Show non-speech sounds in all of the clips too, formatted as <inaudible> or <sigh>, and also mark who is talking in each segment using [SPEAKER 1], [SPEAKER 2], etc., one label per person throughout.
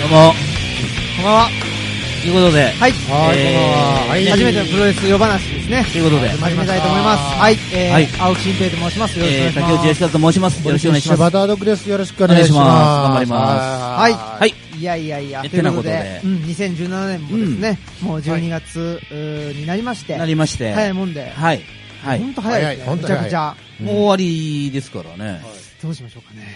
[SPEAKER 1] どうも。
[SPEAKER 2] こんばんは。
[SPEAKER 1] ということで、
[SPEAKER 2] はい。
[SPEAKER 1] はい
[SPEAKER 2] えー
[SPEAKER 1] はい
[SPEAKER 2] 初めてのプロレス夜話ですね。
[SPEAKER 1] ということで、
[SPEAKER 2] 始めたいと思います。はい。えー
[SPEAKER 1] はい
[SPEAKER 2] 青木新平と申します。よろしくお
[SPEAKER 1] えー、
[SPEAKER 2] 願いし
[SPEAKER 1] 竹
[SPEAKER 2] ま
[SPEAKER 1] 内義
[SPEAKER 2] す。
[SPEAKER 1] 和と申します。よろしくお願いします。
[SPEAKER 3] バタードッグです。よろしくお願いします。
[SPEAKER 1] お願いします
[SPEAKER 2] 頑張ります
[SPEAKER 3] は。
[SPEAKER 1] はいい。
[SPEAKER 2] いやいやいや、
[SPEAKER 1] え
[SPEAKER 2] ということ
[SPEAKER 1] てなこ、
[SPEAKER 2] でうん、2017年もですね、もう12月うーになりまして、
[SPEAKER 1] なりまして、
[SPEAKER 2] 早いもんで、
[SPEAKER 1] はい。はい。
[SPEAKER 2] ほんと早いですね。
[SPEAKER 3] 早い
[SPEAKER 2] めちゃくちゃ。
[SPEAKER 1] もう終わりですからね。
[SPEAKER 2] どうしましょうかね。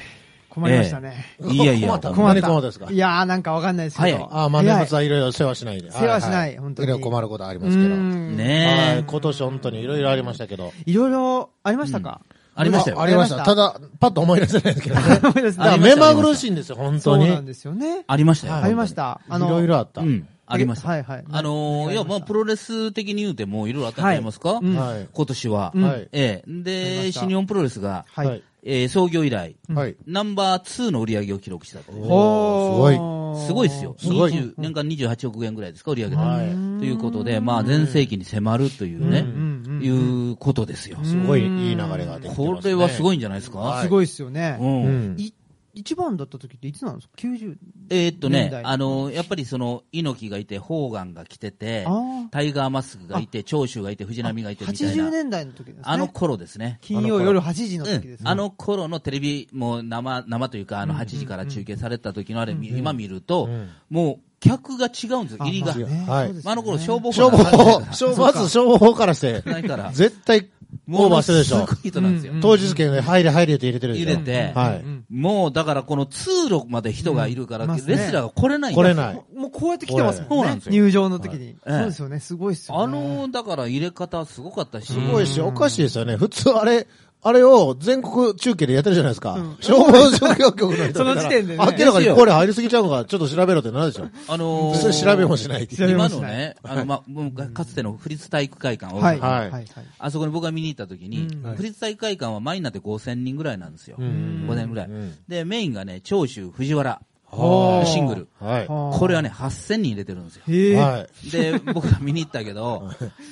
[SPEAKER 2] 困りましたね。
[SPEAKER 1] いやいや
[SPEAKER 3] 困った
[SPEAKER 2] 困った
[SPEAKER 3] 何困ったですか
[SPEAKER 2] いやー、なんかわかんないですけ
[SPEAKER 1] 早い
[SPEAKER 2] ど。
[SPEAKER 3] ああ、まあ年末はいろいろ世話しないで。
[SPEAKER 2] 世話しない
[SPEAKER 3] はは
[SPEAKER 2] 本当に
[SPEAKER 3] ろいろ困ることあり
[SPEAKER 2] う
[SPEAKER 3] ますけど。は
[SPEAKER 2] ん。
[SPEAKER 3] い
[SPEAKER 1] ね
[SPEAKER 3] 今年本当にいろいろありましたけど。
[SPEAKER 2] いろいろありましたか
[SPEAKER 1] え。ありました
[SPEAKER 3] あ
[SPEAKER 1] よ。
[SPEAKER 3] ありました。ただ、パッと思い出せないですけどね。だか
[SPEAKER 2] そうですね
[SPEAKER 1] あ
[SPEAKER 3] ら
[SPEAKER 1] りました
[SPEAKER 3] 目まぐるしいんですよ、本
[SPEAKER 2] そ
[SPEAKER 3] 当
[SPEAKER 2] う
[SPEAKER 3] に。
[SPEAKER 2] なん
[SPEAKER 3] い
[SPEAKER 2] ですよね。
[SPEAKER 1] ありましたよ。
[SPEAKER 3] はい
[SPEAKER 2] ありました。あの
[SPEAKER 3] ろいろあった。
[SPEAKER 1] うん。ありました。
[SPEAKER 2] はいはい。
[SPEAKER 1] あのーいや、まあ、プロレス的に言うてもいろいろあったんじゃないますか、
[SPEAKER 2] いうん
[SPEAKER 3] はい。
[SPEAKER 1] 今年は。
[SPEAKER 2] うん
[SPEAKER 3] はい。
[SPEAKER 1] ええ
[SPEAKER 2] あり
[SPEAKER 1] で、
[SPEAKER 2] ました
[SPEAKER 1] 新日本プロレスが、
[SPEAKER 2] はい。
[SPEAKER 3] はい
[SPEAKER 1] えー創業以来、
[SPEAKER 2] うん
[SPEAKER 3] はい。
[SPEAKER 1] ナンバー2の売り上げを記録したと。
[SPEAKER 3] おーすご
[SPEAKER 1] すご
[SPEAKER 3] い。
[SPEAKER 1] いですよ。
[SPEAKER 3] すごい
[SPEAKER 1] 20年間28億円ぐらいですか、売り上げが。
[SPEAKER 3] はい
[SPEAKER 1] ということで、まあ、全盛期に迫るというね、
[SPEAKER 2] うん
[SPEAKER 1] いうことですよ。
[SPEAKER 3] すごいいい流れができてますね。
[SPEAKER 1] これはすご
[SPEAKER 3] い。
[SPEAKER 1] いんじゃないですか、
[SPEAKER 3] はい
[SPEAKER 2] すごいですよね
[SPEAKER 1] う。ん
[SPEAKER 3] うん。
[SPEAKER 2] い一番だった時っていつなんですか ?90。
[SPEAKER 1] えーっと
[SPEAKER 2] 年
[SPEAKER 1] ね
[SPEAKER 2] 代、
[SPEAKER 1] あの、やっぱりその、猪木がいて、ホーガンが来てて
[SPEAKER 2] あ、ー
[SPEAKER 1] タイガーマスクがいて、長州がいて、藤波がいてみたい
[SPEAKER 2] 80
[SPEAKER 1] な、
[SPEAKER 2] 年代の時ですね。
[SPEAKER 1] あの頃ですね。
[SPEAKER 2] 金曜夜8時の時ですね。
[SPEAKER 1] あの頃のテレビ、もう生、生というか、あの、8時から中継された時のあれ、み今見ると、
[SPEAKER 3] うん
[SPEAKER 1] もう、客が違うんですよ、入りが。
[SPEAKER 3] まあ
[SPEAKER 2] ね
[SPEAKER 3] はい
[SPEAKER 2] そうですよね
[SPEAKER 1] あの頃、消防
[SPEAKER 3] 消
[SPEAKER 1] 法
[SPEAKER 3] 防消防、まず消防からして、
[SPEAKER 1] ないから、
[SPEAKER 3] 絶対オーバーしてるでし
[SPEAKER 1] も
[SPEAKER 3] ょ
[SPEAKER 1] の。すごい人なんですよ
[SPEAKER 2] うん。
[SPEAKER 3] 当日券で入れ入れって入れてるでし
[SPEAKER 1] 入
[SPEAKER 3] ょ。
[SPEAKER 1] れて、
[SPEAKER 3] はい
[SPEAKER 2] うん
[SPEAKER 1] もう、だからこの通路まで人がいるから、
[SPEAKER 2] うん
[SPEAKER 1] レスラーが来れないん
[SPEAKER 3] 来
[SPEAKER 1] で
[SPEAKER 3] れ
[SPEAKER 1] すよ
[SPEAKER 3] ない。
[SPEAKER 2] もうこうやって来てます
[SPEAKER 1] そう
[SPEAKER 2] も
[SPEAKER 1] なん
[SPEAKER 2] ん
[SPEAKER 1] で
[SPEAKER 2] ね。
[SPEAKER 1] すよ
[SPEAKER 2] 入場の時に。
[SPEAKER 1] はい
[SPEAKER 2] そうですよね。すごいですよね。
[SPEAKER 1] あの、だから入れ方すごかったし、
[SPEAKER 3] すごいし、おかしいですよね。普通あれ、あれを全国中継でやってるじゃないですか。
[SPEAKER 2] うん
[SPEAKER 3] 消防消防局の人
[SPEAKER 2] その時点でね
[SPEAKER 3] 明らかにこれ入りすぎちゃうのか、ちょっと調べろってなるでしょ。
[SPEAKER 1] あの
[SPEAKER 3] それ
[SPEAKER 1] ー
[SPEAKER 3] 調べもしないっていう
[SPEAKER 2] 調べ
[SPEAKER 1] 今
[SPEAKER 2] もし
[SPEAKER 1] の
[SPEAKER 2] ない
[SPEAKER 1] ね、あの、まあ、もうかつての府立体育会館を、
[SPEAKER 2] はい。
[SPEAKER 3] は
[SPEAKER 2] はい
[SPEAKER 3] い
[SPEAKER 2] はい。
[SPEAKER 1] あそこに僕が見に行った時に、
[SPEAKER 2] うん
[SPEAKER 1] 府立体育会館は前になって5000人ぐらいなんですよ。
[SPEAKER 3] ん
[SPEAKER 1] 5000人ぐらい
[SPEAKER 3] うん。
[SPEAKER 1] で、メインがね、長州藤原、
[SPEAKER 2] はあ
[SPEAKER 1] シングル。
[SPEAKER 3] はい。
[SPEAKER 1] これはね、8000人入れてるんですよ。
[SPEAKER 2] へえ。
[SPEAKER 3] は
[SPEAKER 1] で、僕ら見に行ったけど、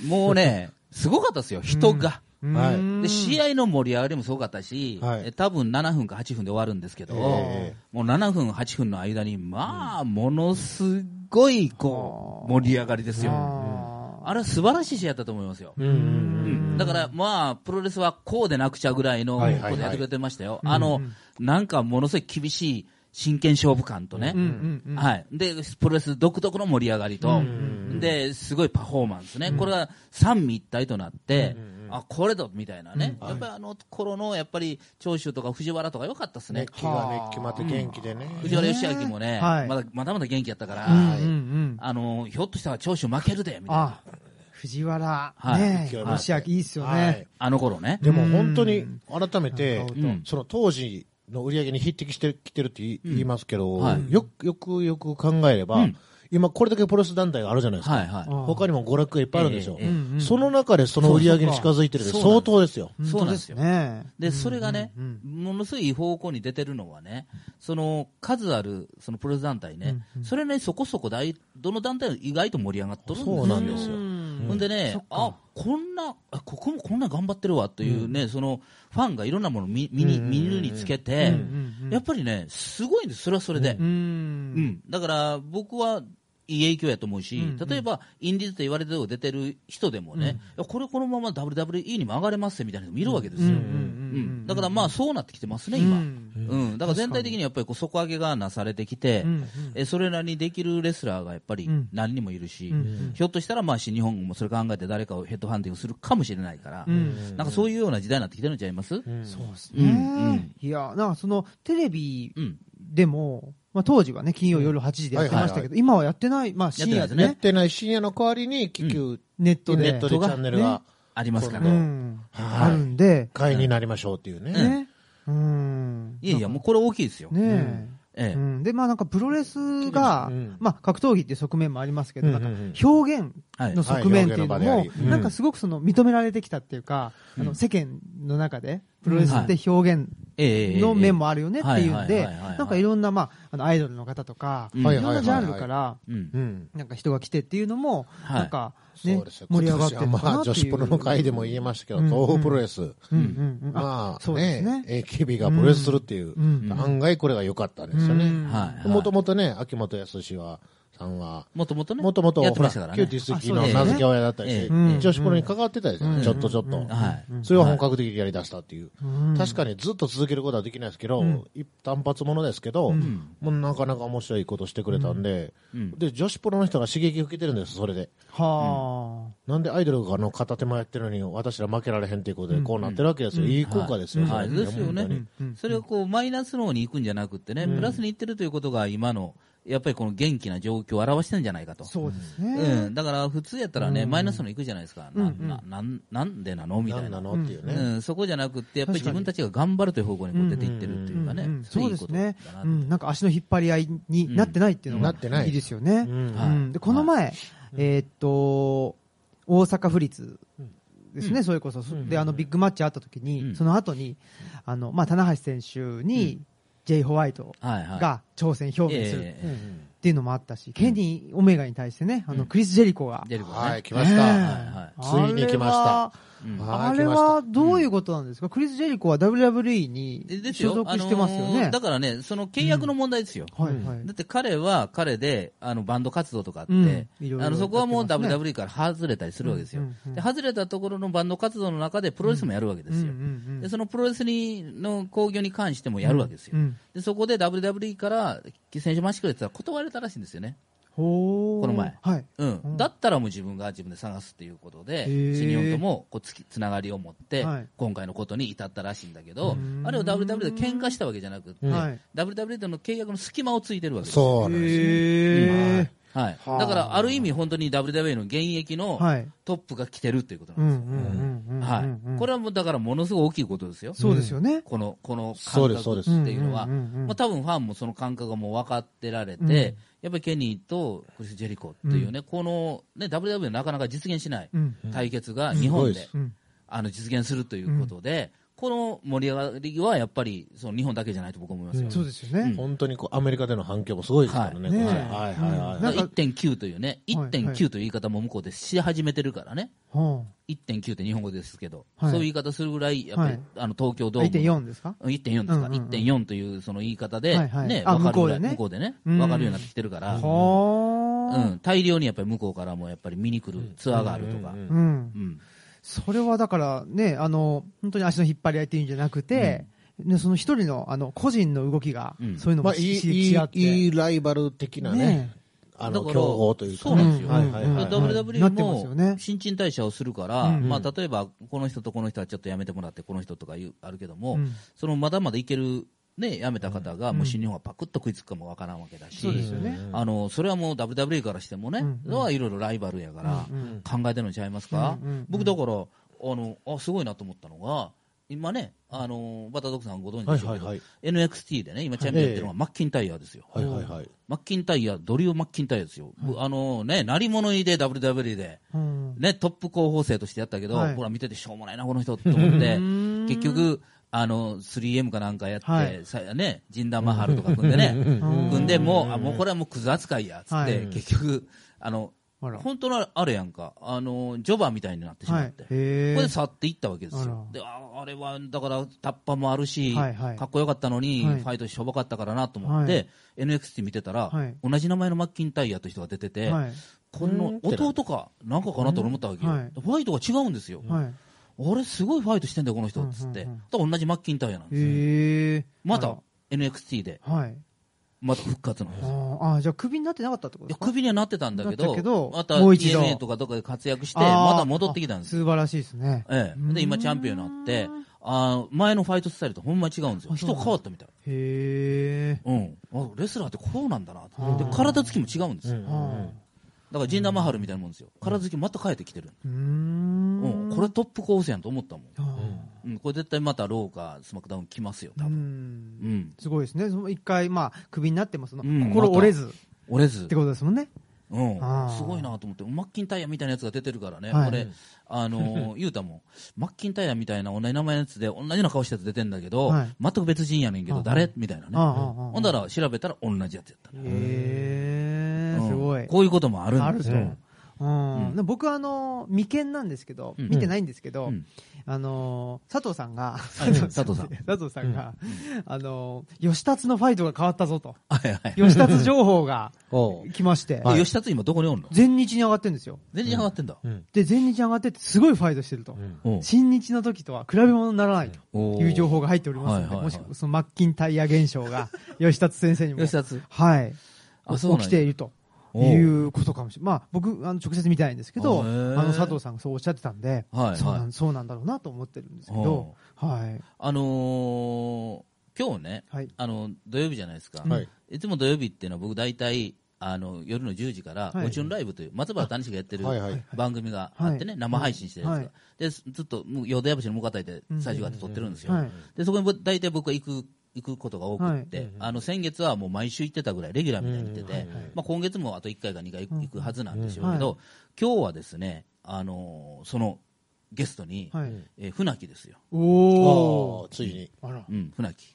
[SPEAKER 1] もうね、すごかったですよ、人が。
[SPEAKER 3] はいう
[SPEAKER 1] で、試合の盛り上がりもすごかったし、
[SPEAKER 3] はい
[SPEAKER 1] え多分7分か8分で終わるんですけど、
[SPEAKER 3] え
[SPEAKER 1] もう7分、8分の間に、まあ、ものすごい、こう、盛り上がりですよ。あれは素晴らしい試合だったと思いますよ。
[SPEAKER 3] い。うん。
[SPEAKER 1] うんだから、まあ、プロレスはこうでなくちゃぐらいのこ
[SPEAKER 3] はいはいはい
[SPEAKER 1] とやってくれてましたよ。あの、なんかものすごい厳しい真剣勝負感とね、
[SPEAKER 2] うんうんうん。
[SPEAKER 1] はい。で、プロレス独特の盛り上がりと、で、すごいパフォーマンスね。これが三位一体となって、あ、これだ、みたいなね。やっぱりあの頃の、やっぱり、長州とか藤原とか良かったですね
[SPEAKER 3] 熱。気が熱気まて元気でね。
[SPEAKER 1] 藤原義明もね、
[SPEAKER 2] はい
[SPEAKER 1] まだまだまだ元気やったから、
[SPEAKER 2] うんうんうん。
[SPEAKER 1] あの、ひょっとしたら長州負けるで、みたいな。
[SPEAKER 2] あ、藤原。
[SPEAKER 1] はい
[SPEAKER 2] ねえ。
[SPEAKER 3] はい
[SPEAKER 2] もしやいいっすよ
[SPEAKER 3] は
[SPEAKER 2] ね
[SPEAKER 3] い。
[SPEAKER 1] あの頃ね。
[SPEAKER 3] でも本当に改めて
[SPEAKER 1] ん、
[SPEAKER 3] その当時の売り上げに匹敵してきてるって言い言いますけど、
[SPEAKER 1] はい
[SPEAKER 3] よくよくよく考えれば、
[SPEAKER 1] うん
[SPEAKER 3] 今これだけプロレス団体があるじゃないですか。
[SPEAKER 1] はいはい。
[SPEAKER 2] あ
[SPEAKER 3] 他にも娯楽がいっぱいあるんでしょ
[SPEAKER 1] ええええ
[SPEAKER 2] うんうん
[SPEAKER 3] その中でその売り上げに近づいてるって
[SPEAKER 1] そうそう
[SPEAKER 3] 相当ですよ。
[SPEAKER 1] そうなんですよ
[SPEAKER 2] 本当ね。
[SPEAKER 1] で、それがね、
[SPEAKER 2] うん
[SPEAKER 1] ものすごいいい方向に出てるのはね、その数あるそのプロレス団体ね、それね、そこそこ大、どの団体も意外と盛り上がっとるんですよ。
[SPEAKER 3] そうなんですよ
[SPEAKER 2] うん
[SPEAKER 1] ほんでね、あこんな、あここもこんな頑張ってるわというね、そのファンがいろんなものを見見に見るにつけて、やっぱりね、すごいんです、それはそれで。
[SPEAKER 2] うん
[SPEAKER 1] うん、だから僕はいい影響やと思うし、例えばインディーズと言われてるとこ出てる人でもね、いやこれこのまま WWE にも上がれますよみたいな人もいるわけですよ、うんだからまあそうなってきてますね、今、うんだから全体的にやっぱりこう底上げがなされてきて、えそれなりにできるレスラーがやっぱり何人もいるし、ひょっとしたらまあ新日本もそれ考えて誰かをヘッドハンティングするかもしれないから、なんかそういうような時代になってきてるんちゃいます、
[SPEAKER 2] そうです
[SPEAKER 1] うんうん
[SPEAKER 2] ね。いや、なんかそのテレビ
[SPEAKER 1] うん
[SPEAKER 2] でも、まあ当時はね、金曜夜8時でやってましたけど、今はやってない、まあ深夜で
[SPEAKER 1] や
[SPEAKER 3] やっ
[SPEAKER 2] ね、
[SPEAKER 3] てない深夜の代わりに、気球、
[SPEAKER 2] ネット
[SPEAKER 3] ネ
[SPEAKER 2] で。
[SPEAKER 3] ットでチャンネルが
[SPEAKER 1] ありますか
[SPEAKER 2] う
[SPEAKER 1] ら、
[SPEAKER 2] ん。
[SPEAKER 3] はい
[SPEAKER 2] あるんで、
[SPEAKER 3] 会員になりましょうっていうね。
[SPEAKER 2] ね。うん。
[SPEAKER 1] いやいや、もうこれ大きいですよ。
[SPEAKER 2] ね
[SPEAKER 1] え
[SPEAKER 2] え。
[SPEAKER 1] え
[SPEAKER 2] うんで、まあなんかプロレスが
[SPEAKER 3] うん、
[SPEAKER 2] まあ格闘技っていう側面もありますけど、
[SPEAKER 3] うん
[SPEAKER 2] な
[SPEAKER 3] うんん
[SPEAKER 2] か
[SPEAKER 3] うん
[SPEAKER 2] 表現
[SPEAKER 1] はい
[SPEAKER 2] の側面っていうの
[SPEAKER 3] はい表
[SPEAKER 2] も
[SPEAKER 3] 現の場であ、り
[SPEAKER 2] なんかすごくその認められてきたっていうか、あの世間の中でプロレスって表現
[SPEAKER 1] ええ
[SPEAKER 2] の面もあるよねっていう
[SPEAKER 1] ええ
[SPEAKER 2] ん
[SPEAKER 1] ええ
[SPEAKER 2] で
[SPEAKER 1] はいはいはいはいはい
[SPEAKER 2] なんかいろんな、まあ、あのアイドルの方とか、
[SPEAKER 1] うん
[SPEAKER 2] いろんなジャンルから
[SPEAKER 1] うん
[SPEAKER 3] うん。
[SPEAKER 2] なんか人が来てっていうのも、
[SPEAKER 1] はい
[SPEAKER 2] なんか、ね
[SPEAKER 3] そうですよ。
[SPEAKER 2] 盛り上がってるの
[SPEAKER 3] 今年
[SPEAKER 2] か
[SPEAKER 3] はま
[SPEAKER 2] な
[SPEAKER 3] あ、
[SPEAKER 2] っていう
[SPEAKER 3] 女子プロの会でも言えましたけど、
[SPEAKER 2] うん
[SPEAKER 3] 東方プロレス。
[SPEAKER 2] うんうんうん
[SPEAKER 3] まあ、
[SPEAKER 2] そうですね
[SPEAKER 3] ね、AKB がプロレスするっていう
[SPEAKER 2] う。ん
[SPEAKER 3] 案外これが良かったですよ
[SPEAKER 2] うん
[SPEAKER 3] ね。
[SPEAKER 1] はいはい
[SPEAKER 3] もともとね、秋元康は、さんは、
[SPEAKER 1] もともとね。
[SPEAKER 3] もともと、
[SPEAKER 1] やって
[SPEAKER 3] ほ
[SPEAKER 1] ま
[SPEAKER 3] ら、
[SPEAKER 1] した
[SPEAKER 3] キ
[SPEAKER 1] から
[SPEAKER 3] ュー
[SPEAKER 1] ね。
[SPEAKER 3] ティス
[SPEAKER 2] あ
[SPEAKER 3] 的
[SPEAKER 2] そう
[SPEAKER 3] な
[SPEAKER 2] ですね
[SPEAKER 3] 名付け親だったりし
[SPEAKER 1] ええ
[SPEAKER 3] て、
[SPEAKER 2] うん
[SPEAKER 3] 女子プロに関わってたですよ
[SPEAKER 1] うん
[SPEAKER 3] ね、ちょっとちょっ
[SPEAKER 2] う
[SPEAKER 3] と
[SPEAKER 2] ん。
[SPEAKER 1] はい。
[SPEAKER 3] それは本格的にやり出したっていう。確かにずっと続けることはできないですけど、
[SPEAKER 2] うん
[SPEAKER 3] 一単発ものですけど、
[SPEAKER 1] ん
[SPEAKER 3] もうなかなか面白いことしてくれたんで、
[SPEAKER 1] うん
[SPEAKER 3] で女子プロの人が刺激を受けてるんです、それで。
[SPEAKER 2] は
[SPEAKER 3] なんでアイドルがあの片手間やってるのに、私ら負けられへんっていうことで、こうなってるわけですよ、いい効果ですよ、
[SPEAKER 1] は
[SPEAKER 3] そ
[SPEAKER 1] い、
[SPEAKER 3] れ
[SPEAKER 1] ですよね
[SPEAKER 3] 本当に、
[SPEAKER 1] それがこうマイナスの方に行くんじゃなくってね、プラスに行ってるということが、今のやっぱりこの元気な状況を表してるんじゃないかと、
[SPEAKER 2] あ、そうです
[SPEAKER 1] う
[SPEAKER 2] ね。
[SPEAKER 1] ん、だから普通やったらね、マイナスの行くじゃないですか、なななんなんでなのみた
[SPEAKER 3] ないんな
[SPEAKER 1] な
[SPEAKER 3] のっていう
[SPEAKER 1] う
[SPEAKER 3] ね、
[SPEAKER 1] ん、そこじゃなくって、やっぱり自分たちが頑張るという方向にこう出ていってるっていうか
[SPEAKER 2] うんう
[SPEAKER 1] ね
[SPEAKER 2] ん、そうですね
[SPEAKER 1] いいことだな。
[SPEAKER 2] う
[SPEAKER 1] と
[SPEAKER 2] ん、なんか足の引っ張り合いになってないっていうの
[SPEAKER 3] うんなって
[SPEAKER 2] が
[SPEAKER 3] ない
[SPEAKER 2] いいですよね。
[SPEAKER 3] うん
[SPEAKER 2] う
[SPEAKER 1] はい
[SPEAKER 2] んでこの前、えーっと、大阪府立ですね、それこそ。で、あの、ビッグマッチあった時
[SPEAKER 1] う
[SPEAKER 2] に、
[SPEAKER 1] ん
[SPEAKER 2] その後に、あの、まあ、棚橋選手に、J. ホワイト
[SPEAKER 1] はいはい、
[SPEAKER 2] が挑戦表明する
[SPEAKER 1] ええ
[SPEAKER 2] っていうのもあったし、ケニー・オメガに対してね、あの、クリス・ジェリコが。
[SPEAKER 1] ジェリコね
[SPEAKER 3] はい、来ました、
[SPEAKER 2] ねえ
[SPEAKER 3] はいはいついに来ました。
[SPEAKER 1] うん
[SPEAKER 2] あ
[SPEAKER 3] い
[SPEAKER 2] れ
[SPEAKER 3] 来ました
[SPEAKER 2] はどういうことなんですか、クリス・ジェリコは WWE
[SPEAKER 1] で
[SPEAKER 2] に
[SPEAKER 1] です
[SPEAKER 2] 所
[SPEAKER 1] よ
[SPEAKER 2] 属してますよね。
[SPEAKER 1] あのーだからね、その契約の問題ですよ。
[SPEAKER 2] はいはい。
[SPEAKER 1] だって彼は彼であのバンド活動とかあって、
[SPEAKER 2] うんいろいろ
[SPEAKER 1] あのそこはもう
[SPEAKER 2] やってますね
[SPEAKER 1] WWE から外れたりするわけですよ、
[SPEAKER 2] うんうんうん
[SPEAKER 1] で外れたところのバンド活動の中でプロレスもやるわけですよ、
[SPEAKER 2] うんうんうん
[SPEAKER 1] でそのプロレスにの興行に関してもやるわけですよ、
[SPEAKER 2] うん
[SPEAKER 1] でそこで WWE から選手マシクレって言ったら断れたらしいんですよね、
[SPEAKER 2] ほー
[SPEAKER 1] この前
[SPEAKER 2] はい。
[SPEAKER 1] うん
[SPEAKER 2] うん
[SPEAKER 1] だったらもう自分が自分で探すっていうことで、
[SPEAKER 2] へー
[SPEAKER 1] 新日本ともこうつきつながりを持って、
[SPEAKER 2] はい
[SPEAKER 1] 今回のことに至ったらしいんだけど、
[SPEAKER 2] うん
[SPEAKER 1] あれは WWE で喧嘩したわけじゃなくて、
[SPEAKER 2] はい
[SPEAKER 1] WWE との契約の隙間をついてるわけですよ
[SPEAKER 3] そうなんです
[SPEAKER 2] へー
[SPEAKER 1] はい、
[SPEAKER 3] はあ
[SPEAKER 1] だからある意味、本当に WWE の現役の
[SPEAKER 2] はい
[SPEAKER 1] トップが来てるということ
[SPEAKER 2] う
[SPEAKER 1] なんんで
[SPEAKER 2] う
[SPEAKER 1] すよ、
[SPEAKER 2] んうんうんうんうん。
[SPEAKER 1] はい、こ
[SPEAKER 2] れ
[SPEAKER 1] れはもうだからものすごい大きいことですよ、
[SPEAKER 2] そうですよね。
[SPEAKER 1] このこの
[SPEAKER 3] そう
[SPEAKER 1] 感
[SPEAKER 3] ですそう
[SPEAKER 1] 覚
[SPEAKER 3] で
[SPEAKER 1] っ
[SPEAKER 3] す
[SPEAKER 1] ていうのは、
[SPEAKER 2] うんうんうんうん
[SPEAKER 1] まあ多分ファンもその感覚がもう分かってられて、
[SPEAKER 2] うん
[SPEAKER 1] やっぱりケニーとクリス・ジェリコっていうね、この、ね、WWE のなかなか実現しない
[SPEAKER 2] うん
[SPEAKER 1] 対決が日本
[SPEAKER 3] すごいで
[SPEAKER 1] です
[SPEAKER 2] うん
[SPEAKER 1] あの実現するということで、この盛り上がりはやっぱりその日本だけじゃないと僕は思いますよ。
[SPEAKER 2] そうですよね。
[SPEAKER 3] 本当にこうアメリカでの反響もすごいですから
[SPEAKER 2] は
[SPEAKER 3] ね、
[SPEAKER 2] い
[SPEAKER 3] これ
[SPEAKER 2] ねえ
[SPEAKER 3] はいはいはい、
[SPEAKER 2] なんか
[SPEAKER 1] 1.9というね、1.9という言い方も向こうでし始めてるからね、
[SPEAKER 2] は
[SPEAKER 1] 1.9って日本語ですけど、
[SPEAKER 2] はい
[SPEAKER 1] そういう言い方するぐらい、やっぱり、
[SPEAKER 2] はい
[SPEAKER 1] あの東京
[SPEAKER 2] あ
[SPEAKER 1] ドーム
[SPEAKER 2] 1.4ですか
[SPEAKER 1] うん1.4ですか、
[SPEAKER 2] うんうんうん
[SPEAKER 1] 1.4というその言い方で、
[SPEAKER 2] はいはい
[SPEAKER 1] ね、
[SPEAKER 2] あ
[SPEAKER 1] わかるぐらい
[SPEAKER 2] 向
[SPEAKER 1] 向
[SPEAKER 2] こ
[SPEAKER 1] こ
[SPEAKER 2] う
[SPEAKER 1] うでね、
[SPEAKER 2] うん
[SPEAKER 1] 分かるようになってきてるから、う
[SPEAKER 2] は
[SPEAKER 1] ん、大量にやっぱり向こうからもやっぱり見に来るツアーがあるとか、
[SPEAKER 2] あ。う
[SPEAKER 3] うん
[SPEAKER 2] ん
[SPEAKER 1] う。ん
[SPEAKER 2] それはだからね、あの、本当に足の引っ張り合いっていうんじゃなくて、ね、その一人の、あの、個人の動きが
[SPEAKER 1] う、ん
[SPEAKER 2] そういうの
[SPEAKER 3] ま
[SPEAKER 2] も
[SPEAKER 3] あ、いい
[SPEAKER 2] 刺
[SPEAKER 3] い
[SPEAKER 2] 激
[SPEAKER 3] い
[SPEAKER 2] し合って。
[SPEAKER 3] いいライバル的なね、
[SPEAKER 2] ね
[SPEAKER 3] あ
[SPEAKER 1] だ
[SPEAKER 3] の
[SPEAKER 1] から
[SPEAKER 3] 競合というか、
[SPEAKER 1] そうなんです
[SPEAKER 2] よ
[SPEAKER 3] はいはいはい
[SPEAKER 2] うんうんうん
[SPEAKER 3] はい
[SPEAKER 1] WWE
[SPEAKER 2] なってますよね
[SPEAKER 1] も新陳代謝をするから、
[SPEAKER 2] うんうん
[SPEAKER 1] まあ、例えばこの人とこの人はちょっとやめてもらって、この人とかいうあるけども、
[SPEAKER 2] うん
[SPEAKER 1] そのまだまだいける、ね、やめた方が、
[SPEAKER 2] うん
[SPEAKER 1] もう新日本はパクッと食いつくかもわからんわけだし、
[SPEAKER 2] そうですよね。
[SPEAKER 1] あのそれはもう WWE からしてもね、
[SPEAKER 2] うんうん
[SPEAKER 1] はいろいろライバルやから、考えてるのちゃいますか、
[SPEAKER 2] うんうんうん
[SPEAKER 1] 僕だからあのあすごいなと思ったのが今ねあのバタードッグさんご存知
[SPEAKER 3] は
[SPEAKER 1] で
[SPEAKER 3] い
[SPEAKER 1] しょう
[SPEAKER 3] は
[SPEAKER 1] け
[SPEAKER 3] い
[SPEAKER 1] ど、
[SPEAKER 3] はい。
[SPEAKER 1] NXT でね今チャンピオンやってるのがマッキンタイヤですよ、
[SPEAKER 3] はいはいはい。
[SPEAKER 1] マッキンタイヤドリュー・マッキンタイヤですよ、ぶあのね鳴り物入りで WWE で、
[SPEAKER 2] うん
[SPEAKER 1] ね、トップ候補生としてやったけど、
[SPEAKER 2] はい
[SPEAKER 1] ほら見ててしょうもないなこの人と思って
[SPEAKER 2] ーん
[SPEAKER 1] 結局あの 3M かなんかやって、
[SPEAKER 2] はい
[SPEAKER 1] さね、ジンダーマハルとか組んでね、
[SPEAKER 2] ん
[SPEAKER 1] 組んでもうあもうこれはもうクズ扱いやっつって、
[SPEAKER 2] はい
[SPEAKER 1] 結局あの
[SPEAKER 2] あら
[SPEAKER 1] 本当のあれやんかあのジョバーみたいになってしまって、
[SPEAKER 2] はいへー
[SPEAKER 1] これで去っていったわけですよ
[SPEAKER 2] あ
[SPEAKER 1] で
[SPEAKER 2] ら
[SPEAKER 1] ああれはだからタッパもあるし、
[SPEAKER 2] はいはい
[SPEAKER 1] かっこよかったのに、
[SPEAKER 2] はい
[SPEAKER 1] ファイトしょぼかったからなと思って、
[SPEAKER 2] は
[SPEAKER 1] NXT 見てたら、
[SPEAKER 2] はい
[SPEAKER 1] 同じ名前のマッキンタイヤという人が出てて、
[SPEAKER 2] はい。
[SPEAKER 1] この弟かなんかかなと俺思ったわけよ、
[SPEAKER 2] うんはい
[SPEAKER 1] ファイトが違うんですよ、
[SPEAKER 2] はい。
[SPEAKER 1] あれすごいファイトしてんだよこの人っつって、
[SPEAKER 2] うんうんうん
[SPEAKER 1] だから同じマッキンタイヤなんですよ、
[SPEAKER 2] へえ。
[SPEAKER 1] ま
[SPEAKER 2] あ
[SPEAKER 1] た NXT で
[SPEAKER 2] ら。はい。
[SPEAKER 1] また復活なんです
[SPEAKER 2] あーあー、じゃあ、クビになってなかったってこと
[SPEAKER 1] い
[SPEAKER 2] で
[SPEAKER 1] や
[SPEAKER 2] すか
[SPEAKER 1] クビにはなってたんだけ
[SPEAKER 2] なっ
[SPEAKER 1] ど、
[SPEAKER 2] たけど
[SPEAKER 1] また
[SPEAKER 2] もう一度
[SPEAKER 1] TNA とかどっかで活躍して、
[SPEAKER 2] あー
[SPEAKER 1] また戻ってきたんですよ、
[SPEAKER 2] 素晴らしいですね。
[SPEAKER 1] ええ、で今、チャンピオンになって、あー前のファイトスタイルとほんま違うんですよ、
[SPEAKER 2] あそ
[SPEAKER 1] 人
[SPEAKER 2] う
[SPEAKER 1] 変わったみたい、
[SPEAKER 2] へえ。
[SPEAKER 1] うん、あレスラーってこうなんだな
[SPEAKER 2] あー
[SPEAKER 1] と、で体つきも違うんですよ、だ
[SPEAKER 2] あ
[SPEAKER 1] からジンダーマハルみたいなもんですよ、体つきまた変えてきてる、
[SPEAKER 2] ーうー。
[SPEAKER 1] うんん、これトップ構成やんと思ったもん、
[SPEAKER 2] あー
[SPEAKER 1] うん、これ絶対またローかスマックダウン来ますよ、多
[SPEAKER 2] う
[SPEAKER 1] 分
[SPEAKER 2] ん
[SPEAKER 1] うん、
[SPEAKER 2] すごいですね。その一回、まあ、クビになっても、その、
[SPEAKER 1] うん
[SPEAKER 2] 心折れず
[SPEAKER 1] 折れず
[SPEAKER 2] って、ことですもんね。
[SPEAKER 1] うん
[SPEAKER 2] あー、
[SPEAKER 1] すごいなと思って、マッキンタイヤみたいなやつが出てるからね、
[SPEAKER 2] はい
[SPEAKER 1] これ、あのー、
[SPEAKER 2] <laughs>
[SPEAKER 1] 言うたもん、マッキンタイヤみたいな同じ名前のやつで、同じような顔したやつ出てんだけど、
[SPEAKER 2] はい
[SPEAKER 1] 全く別人やねんけ
[SPEAKER 2] あ
[SPEAKER 1] ど、
[SPEAKER 2] ー
[SPEAKER 1] 誰みたいなね。
[SPEAKER 2] あーあーあー
[SPEAKER 1] ほんだら、調べたら同じやつやったね。
[SPEAKER 2] へ
[SPEAKER 1] う
[SPEAKER 2] え、
[SPEAKER 1] ん
[SPEAKER 2] すごい。
[SPEAKER 1] こういうこともあるん
[SPEAKER 2] ある
[SPEAKER 1] です
[SPEAKER 2] と。
[SPEAKER 1] よ。
[SPEAKER 2] うん
[SPEAKER 1] うん
[SPEAKER 2] で僕はあの未見なんですけど、
[SPEAKER 1] うん
[SPEAKER 2] 見てないんですけど、
[SPEAKER 1] うん
[SPEAKER 2] あの佐藤さん
[SPEAKER 1] は
[SPEAKER 2] が、
[SPEAKER 1] い佐藤さん
[SPEAKER 2] <laughs> 佐藤さんが、あの吉達のファイトが変わったぞと、
[SPEAKER 1] はいはい。
[SPEAKER 2] 吉達情報が
[SPEAKER 3] おう
[SPEAKER 2] 来まして、
[SPEAKER 1] え吉田つ今どこにおんの
[SPEAKER 2] 全日に上がってるんですよ。
[SPEAKER 1] 全然上がってんだ。
[SPEAKER 3] うん
[SPEAKER 2] で、全日に上がってってすごいファイトしてると。
[SPEAKER 3] うん
[SPEAKER 1] うん
[SPEAKER 2] 新日の時とは比べ物にならないと
[SPEAKER 1] おー
[SPEAKER 2] いう情報が入っておりますの
[SPEAKER 1] は
[SPEAKER 2] で、
[SPEAKER 1] いはいはい
[SPEAKER 2] もしくはそのマッキンタイヤ現象
[SPEAKER 1] <laughs>
[SPEAKER 2] が吉達先生にも、
[SPEAKER 1] 吉田つ
[SPEAKER 2] はい、
[SPEAKER 1] あそうなんや
[SPEAKER 2] 起きていると。
[SPEAKER 1] おう
[SPEAKER 2] いうことかもしれない。まあ、僕、あの、直接見てないんですけど、あ
[SPEAKER 1] あへー
[SPEAKER 2] の、佐藤さんがそうおっしゃってたんで、
[SPEAKER 1] はいはい
[SPEAKER 2] そうなん、そうなんだろうなと思ってるんですけど、はい。
[SPEAKER 1] あのー今日ね、
[SPEAKER 2] はい
[SPEAKER 1] あの、土曜日じゃないですか。
[SPEAKER 3] はい
[SPEAKER 1] いつも土曜日っていうのは僕大体、あの、夜の10時から、
[SPEAKER 2] はい
[SPEAKER 1] おちゅんライブという、松原谷氏がやってる
[SPEAKER 3] はいはい
[SPEAKER 1] 番組があってね、
[SPEAKER 2] はい
[SPEAKER 1] 生配信してるんですが、
[SPEAKER 2] はい
[SPEAKER 1] で、ずっと、もう、淀屋橋の向かたいで最初があって撮ってるんですよ。
[SPEAKER 2] はい。
[SPEAKER 1] で、そこに大体僕は行く、行くことが多くって、
[SPEAKER 3] はい
[SPEAKER 1] あの、先月はもう毎週行ってたぐらい、レギュラーみたいに行ってて、
[SPEAKER 3] うんはいはい
[SPEAKER 1] まあ今月もあと1回か2回
[SPEAKER 2] うん
[SPEAKER 1] 行くはずなんでしょうけど、今日はですね、あのーその、ゲストに、
[SPEAKER 2] はい。
[SPEAKER 1] えー船木ですよ。
[SPEAKER 2] お
[SPEAKER 3] お
[SPEAKER 2] ー
[SPEAKER 3] ー。ついに、
[SPEAKER 2] あら。
[SPEAKER 1] うん、船木。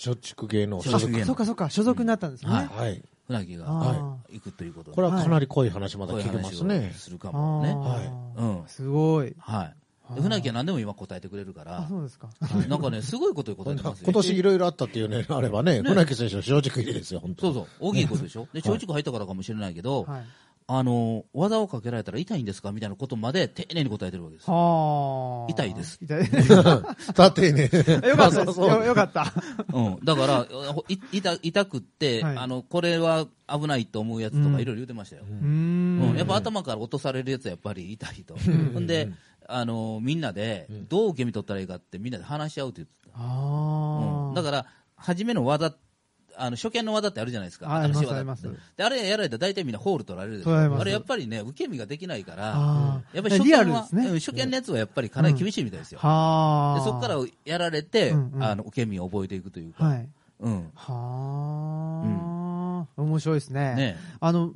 [SPEAKER 3] 松竹芸能所
[SPEAKER 1] 松竹。
[SPEAKER 3] 属
[SPEAKER 1] 芸能
[SPEAKER 2] そっかそっか、所属になったんですね。
[SPEAKER 1] はい
[SPEAKER 3] はい。
[SPEAKER 1] 船木が
[SPEAKER 2] あ
[SPEAKER 1] 行くということで、
[SPEAKER 3] これはかなり濃い話まだ
[SPEAKER 1] こういう
[SPEAKER 3] 聞けま
[SPEAKER 1] 話
[SPEAKER 3] す
[SPEAKER 1] を
[SPEAKER 3] ね。
[SPEAKER 1] するか
[SPEAKER 2] あ
[SPEAKER 1] もね。
[SPEAKER 2] ー
[SPEAKER 1] はいうん
[SPEAKER 2] すごい。
[SPEAKER 1] はい。で船木は何でも今答えてくれるか
[SPEAKER 2] あ、
[SPEAKER 1] ら、
[SPEAKER 2] そうですか。
[SPEAKER 1] なんかね、すごいことに答えてますよ
[SPEAKER 3] 今。年いろいろあったっていうね、 <laughs> あればね、船木選手の松竹入りですよ、本当
[SPEAKER 1] そうそう、大きいことでしょ。で、松竹入ったからかもしれないけど、
[SPEAKER 2] はい。
[SPEAKER 1] あの、技をかけられたら痛いんですかみたいなことまで丁寧に答えてるわけですよ。
[SPEAKER 2] はあ。
[SPEAKER 1] 痛いです
[SPEAKER 2] 痛い。 <laughs>
[SPEAKER 3] う。 <laughs> だってね。
[SPEAKER 2] よ
[SPEAKER 1] <laughs>
[SPEAKER 2] かったです。
[SPEAKER 3] そうそう
[SPEAKER 2] よよかった。
[SPEAKER 1] うん。だから、ほい痛痛くって、
[SPEAKER 2] はい
[SPEAKER 1] あの、これは危ないと思うやつとかいろいろ言ってましたよ。
[SPEAKER 2] うー
[SPEAKER 1] うん、やっ
[SPEAKER 2] ん。
[SPEAKER 1] ぱ頭から落とされるやつはやっぱり痛いと。ほんで、あの、みんなで、どう受け身取ったらいいかってみんなで話し合うって言ってた。
[SPEAKER 2] あ
[SPEAKER 1] うん、
[SPEAKER 2] あ。
[SPEAKER 1] だから、初めの技、あの初見の技ってあるじゃないですか、
[SPEAKER 2] あありま
[SPEAKER 1] 新しい
[SPEAKER 2] す
[SPEAKER 1] 技
[SPEAKER 2] あります
[SPEAKER 1] であれやられたら大体みんなホール取られるでしょ
[SPEAKER 2] 取られます
[SPEAKER 1] あれやっぱりね、受け身ができないから、
[SPEAKER 2] あー
[SPEAKER 1] やっぱり初見
[SPEAKER 2] リア
[SPEAKER 1] は、
[SPEAKER 2] ルです
[SPEAKER 1] うん
[SPEAKER 2] ね。
[SPEAKER 1] 初見のやつはやっぱりかなり厳しいみたいですよ、
[SPEAKER 2] はあ。
[SPEAKER 1] でそこからやられて、
[SPEAKER 2] うんうん
[SPEAKER 1] あの受け身を覚えていくというか、
[SPEAKER 2] はい。
[SPEAKER 1] うん、
[SPEAKER 2] はあ、面白いですね。
[SPEAKER 1] ね
[SPEAKER 2] あの、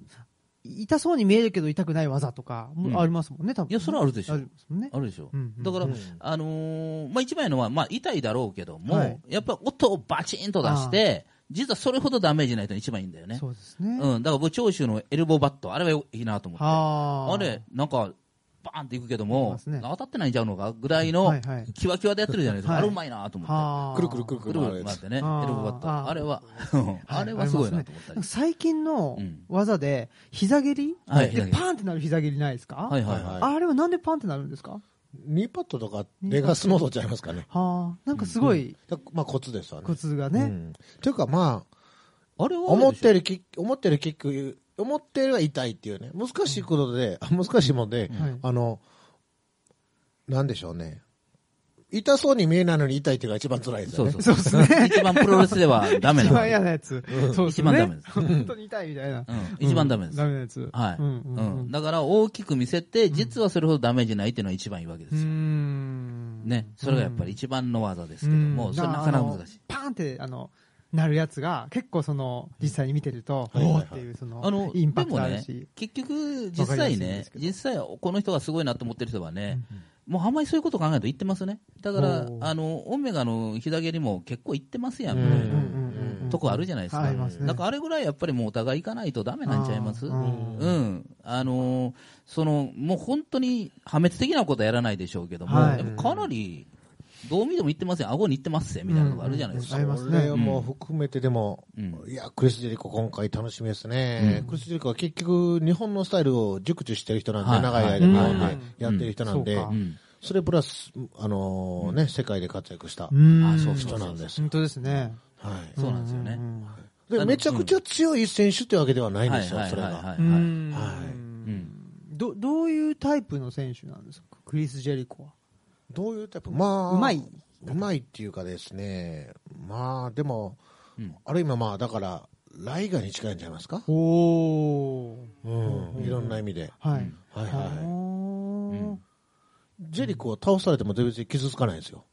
[SPEAKER 2] 痛そうに見えるけど痛くない技とか
[SPEAKER 1] うん
[SPEAKER 2] もありますもんね、多分。
[SPEAKER 1] いやそれはあるでしょ
[SPEAKER 2] ありますもんね。
[SPEAKER 1] あるでしょ、
[SPEAKER 2] うんうん
[SPEAKER 1] だから、
[SPEAKER 3] うん
[SPEAKER 1] あのーまあ、一番のは、まあ、痛いだろうけども、
[SPEAKER 2] はい
[SPEAKER 1] やっぱり音をバチンと出して、実はそれほどダメージないと一番いいんだよね。
[SPEAKER 2] そうですね。
[SPEAKER 1] うん、だから僕、長州のエルボーバット、あれはいいなと思って。
[SPEAKER 2] はあ。
[SPEAKER 1] あれ、なんか、バーンっていくけど
[SPEAKER 2] いき
[SPEAKER 1] も
[SPEAKER 2] ま、すね
[SPEAKER 1] 当たってないんちゃうのかぐらいの
[SPEAKER 2] はいはい、
[SPEAKER 1] キワキワでやってるじゃないですか。
[SPEAKER 2] は
[SPEAKER 1] あ
[SPEAKER 2] い
[SPEAKER 1] れうまいなと思っ
[SPEAKER 2] はあ。
[SPEAKER 3] くるくるくる
[SPEAKER 1] て。く
[SPEAKER 3] くる
[SPEAKER 1] るく
[SPEAKER 3] 回るや
[SPEAKER 1] 回っ
[SPEAKER 3] つ
[SPEAKER 1] てね、エル
[SPEAKER 2] あ
[SPEAKER 1] ボ
[SPEAKER 2] ー
[SPEAKER 1] ーバッ
[SPEAKER 2] あー
[SPEAKER 1] ト。あれは、うんあれはすごいなと思った
[SPEAKER 2] あります
[SPEAKER 1] り。
[SPEAKER 2] ね最近の
[SPEAKER 1] うん
[SPEAKER 2] 技で、膝蹴り、
[SPEAKER 1] はい
[SPEAKER 2] で
[SPEAKER 1] 膝蹴、り
[SPEAKER 2] パーンってなる膝蹴りないですか、
[SPEAKER 1] はいはいはい。
[SPEAKER 2] あれはなんでパーンってなるんですか
[SPEAKER 3] ニーパッドとか、レガスモードちゃいますかね。
[SPEAKER 2] はあ。なんかすごい
[SPEAKER 3] だまあ、コツですわね。
[SPEAKER 2] コツが
[SPEAKER 3] う
[SPEAKER 2] ね。
[SPEAKER 3] ん。というか、まあ、
[SPEAKER 1] あれは
[SPEAKER 3] 思ったよりキック、思ったよりキック、思ったよりは痛いっていうね。難しいことで、あ難しいもんで、
[SPEAKER 2] はい
[SPEAKER 3] あの、なんでしょうね。痛そうに見えないのに痛いっていうのが一番辛いです
[SPEAKER 1] そ
[SPEAKER 3] よ
[SPEAKER 1] う
[SPEAKER 3] ね。
[SPEAKER 1] そうそう。一番プロレスではダメ
[SPEAKER 2] 一番
[SPEAKER 1] な
[SPEAKER 2] 嫌
[SPEAKER 1] の。
[SPEAKER 2] なやつ。そうで
[SPEAKER 1] 一
[SPEAKER 2] すね。
[SPEAKER 1] 番ダメです
[SPEAKER 2] 本当に痛いみたいな。
[SPEAKER 1] うん一番ダメです
[SPEAKER 2] ダ。メなやつ。
[SPEAKER 1] はい。
[SPEAKER 2] う
[SPEAKER 1] うん
[SPEAKER 2] うんうん
[SPEAKER 1] んだから、大きく見せて、実はそれほどダメージないっていうのが一番いいわけで
[SPEAKER 2] うー
[SPEAKER 1] すよ。
[SPEAKER 2] ん
[SPEAKER 1] ね。それがやっぱり一番の技ですけど
[SPEAKER 2] う
[SPEAKER 1] も、
[SPEAKER 2] ん
[SPEAKER 1] それなかなか難しい。
[SPEAKER 2] あのパーンって、あの、なるやつが、結構その、実際に見てると、
[SPEAKER 3] はいはい
[SPEAKER 2] お
[SPEAKER 3] は
[SPEAKER 2] お
[SPEAKER 3] い
[SPEAKER 2] っていう、
[SPEAKER 1] あ
[SPEAKER 2] その
[SPEAKER 1] の、
[SPEAKER 2] インパ
[SPEAKER 1] で
[SPEAKER 2] クト
[SPEAKER 1] も
[SPEAKER 2] ある
[SPEAKER 1] ね
[SPEAKER 2] し。、
[SPEAKER 1] 結局、実際
[SPEAKER 2] わかりやすいんで
[SPEAKER 1] ね
[SPEAKER 2] す、けど
[SPEAKER 1] 実際、この人がすごいなと思ってる人はね、もうあんまりそういうこと考えると言ってますね。だから
[SPEAKER 2] お、ー
[SPEAKER 1] あの、オメガの膝蹴りも結構言ってますやん、
[SPEAKER 3] う
[SPEAKER 1] み
[SPEAKER 3] ん
[SPEAKER 1] たい
[SPEAKER 2] うんう
[SPEAKER 1] なん
[SPEAKER 2] うんうん
[SPEAKER 1] とこあるじゃないですか。
[SPEAKER 2] ありますね
[SPEAKER 1] だからあれぐらいやっぱりもうお互い行かないとダメなんちゃいます
[SPEAKER 2] あ
[SPEAKER 1] う
[SPEAKER 2] ー
[SPEAKER 1] ん。あのーその、もう本当に破滅的なことはやらないでしょうけども、
[SPEAKER 2] はい
[SPEAKER 1] やっぱかなり、どう見ても言ってますよ。顎に言ってますよ、みたいなのがあるじゃないですか。
[SPEAKER 2] あります
[SPEAKER 3] そ
[SPEAKER 2] ね
[SPEAKER 3] れも含めてでも、
[SPEAKER 1] うん
[SPEAKER 3] いや、クリス・ジェリコ今回楽しみですね。クリス・ジェリコは結局、日本のスタイルを熟知してる人なんで、
[SPEAKER 1] はい
[SPEAKER 3] 長い間、
[SPEAKER 1] はい
[SPEAKER 3] 日本
[SPEAKER 2] はい
[SPEAKER 3] でやってる人なんで、
[SPEAKER 2] うんそ
[SPEAKER 3] そ
[SPEAKER 2] うか
[SPEAKER 1] うん
[SPEAKER 3] れプラス、あのーね、世界で活躍した
[SPEAKER 2] うーん。
[SPEAKER 1] あそう
[SPEAKER 3] 人なんです。
[SPEAKER 2] 本当ですね。
[SPEAKER 3] はい。
[SPEAKER 1] そうなんですよね。
[SPEAKER 2] ん
[SPEAKER 3] で、めちゃくちゃ強い選手ってわけではないん
[SPEAKER 1] は
[SPEAKER 3] で
[SPEAKER 1] い
[SPEAKER 3] すよ
[SPEAKER 1] は、い
[SPEAKER 3] それ
[SPEAKER 1] はい
[SPEAKER 3] が。
[SPEAKER 1] はいうはい。
[SPEAKER 2] ん
[SPEAKER 3] はい
[SPEAKER 1] ん
[SPEAKER 2] ど、どういうタイプの選手なんですかクリス・ジェリコは。
[SPEAKER 3] どういうタイプまあ、
[SPEAKER 2] うまいう
[SPEAKER 3] まいっていうかですね、まあ、でも、
[SPEAKER 1] うん
[SPEAKER 3] ある意味まあ、だから、ライガーに近いんじゃないですか
[SPEAKER 2] おお。
[SPEAKER 3] うん、いろんな意味で。
[SPEAKER 2] はい。
[SPEAKER 3] はい
[SPEAKER 2] あ
[SPEAKER 3] はい。
[SPEAKER 2] ー
[SPEAKER 3] ジェリコを倒されても全然傷つかないんですよ。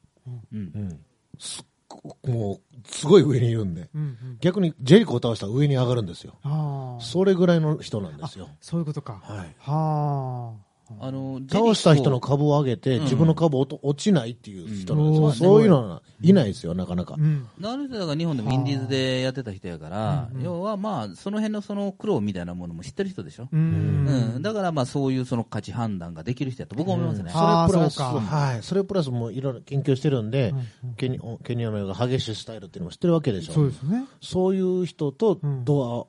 [SPEAKER 1] うん
[SPEAKER 3] うん。すっごもう、すごい上にいるんで。
[SPEAKER 2] うんうん
[SPEAKER 3] 逆に、ジェリコを倒したら上に上がるんですよ。
[SPEAKER 2] あ
[SPEAKER 3] それぐらいの人なんですよ。
[SPEAKER 2] そういうことか。
[SPEAKER 3] はい。
[SPEAKER 2] は
[SPEAKER 1] あの
[SPEAKER 3] 倒した人の
[SPEAKER 1] ジェリコ
[SPEAKER 3] 株を上げて、
[SPEAKER 1] うん
[SPEAKER 3] 自分の株をと落ちないっていう人なんですよ。
[SPEAKER 2] うん
[SPEAKER 3] そういうのはいないですよ、なかなか
[SPEAKER 2] あ。。うん。
[SPEAKER 1] なるだから日本でもインディーズでやってた人やから、要はまあその辺のその苦労みたいなものも知ってる人でしょ、
[SPEAKER 2] う
[SPEAKER 1] うん
[SPEAKER 2] ん。
[SPEAKER 1] だからまあそういうその価値判断ができる人やと僕は思いますね、
[SPEAKER 2] うんあー
[SPEAKER 3] それプラス、
[SPEAKER 2] そうか
[SPEAKER 3] はい。それプラスもういろいろ研究してるんで、ケニケニアのような激しいスタイルっていうのも知ってるわけでしょ。
[SPEAKER 2] そうですね。
[SPEAKER 3] そういう人と
[SPEAKER 2] うん
[SPEAKER 3] どう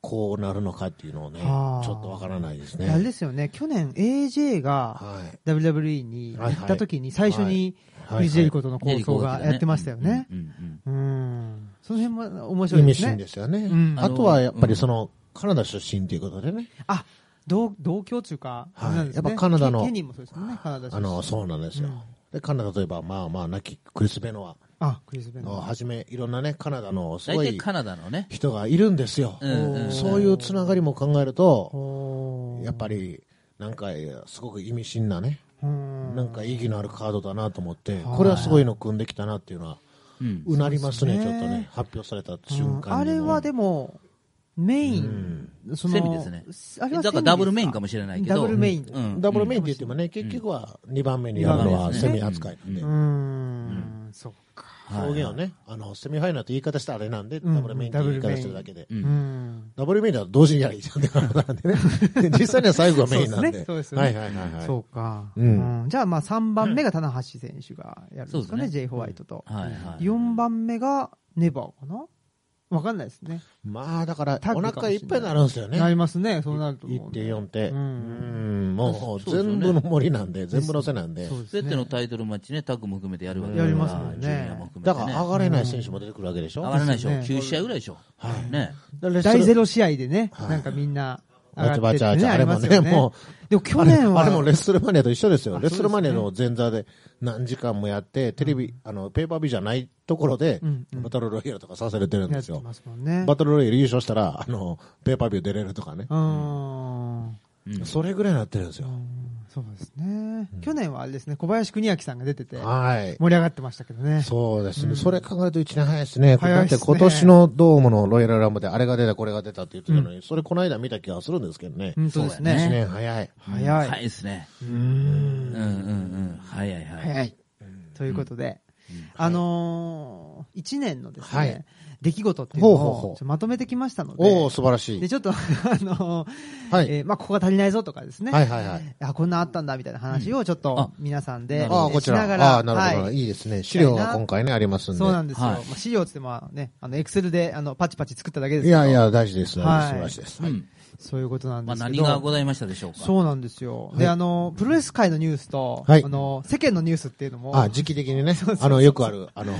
[SPEAKER 3] こうなるのかっていうのをね、
[SPEAKER 2] あー
[SPEAKER 3] ちょっとわからないです
[SPEAKER 2] あれ
[SPEAKER 3] ね。
[SPEAKER 2] ですよね、去年 AJ が
[SPEAKER 3] はい。
[SPEAKER 2] WWE に行った時に最初に
[SPEAKER 3] はいはい
[SPEAKER 2] フリジェリコとの
[SPEAKER 1] ジェ
[SPEAKER 2] 構
[SPEAKER 1] リコ
[SPEAKER 2] 想がやってましたよね。
[SPEAKER 1] うんうん
[SPEAKER 2] うん。その辺も面白
[SPEAKER 3] 意
[SPEAKER 2] いで
[SPEAKER 3] 味
[SPEAKER 2] す
[SPEAKER 3] 深
[SPEAKER 2] ね
[SPEAKER 3] で。すよね、
[SPEAKER 2] うん
[SPEAKER 3] あとはやっぱりその、カナダ出身ということでね、
[SPEAKER 2] あ、同、同郷中か、
[SPEAKER 3] はい
[SPEAKER 2] あれなんですね
[SPEAKER 3] やっぱカナダの
[SPEAKER 2] ケケニーもそうですもんね、カナダ出身
[SPEAKER 3] あのそうなんですよ、
[SPEAKER 2] うん
[SPEAKER 3] でカナダといえば、まあまあ、亡きクリス・ベノア
[SPEAKER 2] あ、クリス・ベン
[SPEAKER 3] の
[SPEAKER 2] の。
[SPEAKER 3] はじめ、いろんなね、カナダのす
[SPEAKER 1] 大
[SPEAKER 3] ご
[SPEAKER 1] 体
[SPEAKER 3] い
[SPEAKER 1] カナダのね、
[SPEAKER 3] 人がいるんですよ、
[SPEAKER 1] うんうん
[SPEAKER 3] そういうつながりも考えると、
[SPEAKER 2] おー
[SPEAKER 3] やっぱり、なんか、すごく意味深なね、
[SPEAKER 2] うん
[SPEAKER 3] なんか意義のあるカードだなと思って、
[SPEAKER 2] はい
[SPEAKER 3] これはすごいの組んできたなっていうのは、
[SPEAKER 1] うん
[SPEAKER 3] うなりますね、
[SPEAKER 2] そう
[SPEAKER 3] ち
[SPEAKER 2] で
[SPEAKER 3] ょ
[SPEAKER 2] すね
[SPEAKER 3] っとね、発表された瞬間に
[SPEAKER 2] うんあれはで
[SPEAKER 3] も、
[SPEAKER 2] も、メイン、その、
[SPEAKER 1] セミですね
[SPEAKER 2] あれは
[SPEAKER 1] だからダブルメインかもしれないけど
[SPEAKER 2] ダブルメイン。
[SPEAKER 1] う
[SPEAKER 2] うん
[SPEAKER 3] ダブルメインって言ってもね、結局は2番目にやるのはセミ扱いなんで。
[SPEAKER 2] ーん、そっか。
[SPEAKER 3] 表現をね、あの、セミファイナルという言い方したらあれなんで、
[SPEAKER 2] うん
[SPEAKER 3] ダブルメインという言い方してるだけで。
[SPEAKER 1] う
[SPEAKER 2] うんん。
[SPEAKER 3] ダブルメインだと同時にやりちゃうんで、なんでね。実際には最後がメインなんで。
[SPEAKER 2] そうですねそうですね
[SPEAKER 3] はいはいはいはい。
[SPEAKER 2] そうか。
[SPEAKER 3] うん
[SPEAKER 2] うんじゃあ、まあ、3番目が棚橋選手がやるんですか
[SPEAKER 1] そうですね
[SPEAKER 2] ね、J. ホワイトと。
[SPEAKER 1] はいはい
[SPEAKER 2] 4番目がネバーかなわかんないですね。
[SPEAKER 3] まあ、だから
[SPEAKER 2] タッ、
[SPEAKER 3] お
[SPEAKER 2] グかもしれない
[SPEAKER 3] 腹いっぱいになるんですよね。
[SPEAKER 2] なりますね、そうなると思うんで。
[SPEAKER 3] 1.4って。う
[SPEAKER 2] うん
[SPEAKER 3] ん、もう
[SPEAKER 1] そうですよね
[SPEAKER 3] 全部の森なんで、全部のせなんで。
[SPEAKER 2] そうですね
[SPEAKER 1] 全てのタイトルマッチね、タッグも含めてやるわけ
[SPEAKER 3] やり
[SPEAKER 1] か
[SPEAKER 3] ま
[SPEAKER 1] ら
[SPEAKER 3] すもん
[SPEAKER 2] ね
[SPEAKER 1] ジュニアも含め
[SPEAKER 3] だ
[SPEAKER 1] て
[SPEAKER 3] か
[SPEAKER 1] ね
[SPEAKER 3] ら上がれない選手も出てくるわけでしょ。
[SPEAKER 1] 上がらないでしょ、
[SPEAKER 2] です
[SPEAKER 1] 9試合ぐらいでしょ、ね、
[SPEAKER 3] い
[SPEAKER 2] 第ゼロ試合でね、
[SPEAKER 3] はい
[SPEAKER 2] なんかみんな上
[SPEAKER 3] バ
[SPEAKER 2] が
[SPEAKER 3] チバ
[SPEAKER 2] って
[SPEAKER 3] チ
[SPEAKER 2] っ
[SPEAKER 3] あ
[SPEAKER 2] て
[SPEAKER 3] れ
[SPEAKER 2] ね、
[SPEAKER 3] あ
[SPEAKER 2] あ
[SPEAKER 3] れ
[SPEAKER 2] り
[SPEAKER 3] も
[SPEAKER 2] ます
[SPEAKER 3] ね、
[SPEAKER 2] よね。
[SPEAKER 3] もう、
[SPEAKER 2] でも去年は、
[SPEAKER 3] <laughs> あれあれもレッスルマニアと一緒ですよ。
[SPEAKER 2] あ
[SPEAKER 3] レッスルマニア
[SPEAKER 2] そ
[SPEAKER 3] の前座で何時間もやって、テレビ、あの、ペーパービューじゃないところで
[SPEAKER 2] うん、うん
[SPEAKER 3] バトルロイヤルとかさせれてるん
[SPEAKER 2] や
[SPEAKER 3] で
[SPEAKER 2] っ
[SPEAKER 3] す
[SPEAKER 2] て
[SPEAKER 3] よ。
[SPEAKER 2] ますもんね。
[SPEAKER 3] バトルロイヤル優勝したら、あの、ペーパービュー出れるとかね
[SPEAKER 2] う。
[SPEAKER 1] う
[SPEAKER 2] ーん。
[SPEAKER 1] ん
[SPEAKER 3] それぐらいになってるんですよ。
[SPEAKER 2] そうですね。去年はあれですね、小林邦明さんが出てて、盛
[SPEAKER 3] はい。
[SPEAKER 2] り上がってましたけどね。
[SPEAKER 3] そうです
[SPEAKER 2] う
[SPEAKER 3] ね。
[SPEAKER 2] ん
[SPEAKER 3] それ考えると一年早いですね。
[SPEAKER 2] 早
[SPEAKER 3] だ
[SPEAKER 2] い
[SPEAKER 3] っ
[SPEAKER 2] ってすね
[SPEAKER 3] 今年のドームのロイヤルラムであれが出た、これが出たって言ってたのに、それこの間見た気がするんですけどね。
[SPEAKER 2] 本当です
[SPEAKER 1] そうだ
[SPEAKER 3] 一
[SPEAKER 1] よ
[SPEAKER 2] ね。
[SPEAKER 3] 年早い。
[SPEAKER 2] 早い。
[SPEAKER 1] 早いですね、
[SPEAKER 2] う
[SPEAKER 1] うん
[SPEAKER 2] ん
[SPEAKER 1] うんうん、早い早い、
[SPEAKER 2] 早い。ということで、あのー、1年のですね、
[SPEAKER 3] はい
[SPEAKER 2] 出来事っていうの
[SPEAKER 3] ほうほうほう
[SPEAKER 2] をちょっとまとめてきましたので、
[SPEAKER 3] おお素晴らしい
[SPEAKER 2] で、。ちょっと、あ <laughs> のー
[SPEAKER 3] はい
[SPEAKER 2] えーまあ、ここが足りないぞとかですね、
[SPEAKER 3] はいはいはい。
[SPEAKER 2] あ、こんなあったんだみたいな話をちょ
[SPEAKER 1] あ
[SPEAKER 2] っと皆さんで、
[SPEAKER 1] なるほ
[SPEAKER 3] あ
[SPEAKER 1] ど
[SPEAKER 3] あ、こちら。
[SPEAKER 2] しながら
[SPEAKER 3] ああ、なるほど。
[SPEAKER 2] はい
[SPEAKER 3] いですね。資料が今回ね、ありますんで。
[SPEAKER 2] そうなんですよ。
[SPEAKER 1] はい
[SPEAKER 2] まあ、資料つってもね、あの、エクセルで、あの、パチパチ作っただけです
[SPEAKER 3] い
[SPEAKER 2] けど
[SPEAKER 3] やいや、大事です。
[SPEAKER 2] は
[SPEAKER 3] 大
[SPEAKER 2] い
[SPEAKER 3] 事です。素晴らしいです。
[SPEAKER 1] う
[SPEAKER 3] はい
[SPEAKER 1] ん
[SPEAKER 2] そういうことなん
[SPEAKER 1] ま
[SPEAKER 2] で
[SPEAKER 1] あ、
[SPEAKER 2] すけ
[SPEAKER 1] 何
[SPEAKER 2] ど。
[SPEAKER 1] がございましたでしょうか。
[SPEAKER 2] そうなんですよ。
[SPEAKER 3] はい
[SPEAKER 2] で、あの、プロレス界のニュースと、
[SPEAKER 3] はい
[SPEAKER 2] あの、世間のニュースっていうのも、
[SPEAKER 3] あ、時期的にね、あの、よくある、
[SPEAKER 2] <laughs>
[SPEAKER 3] あの、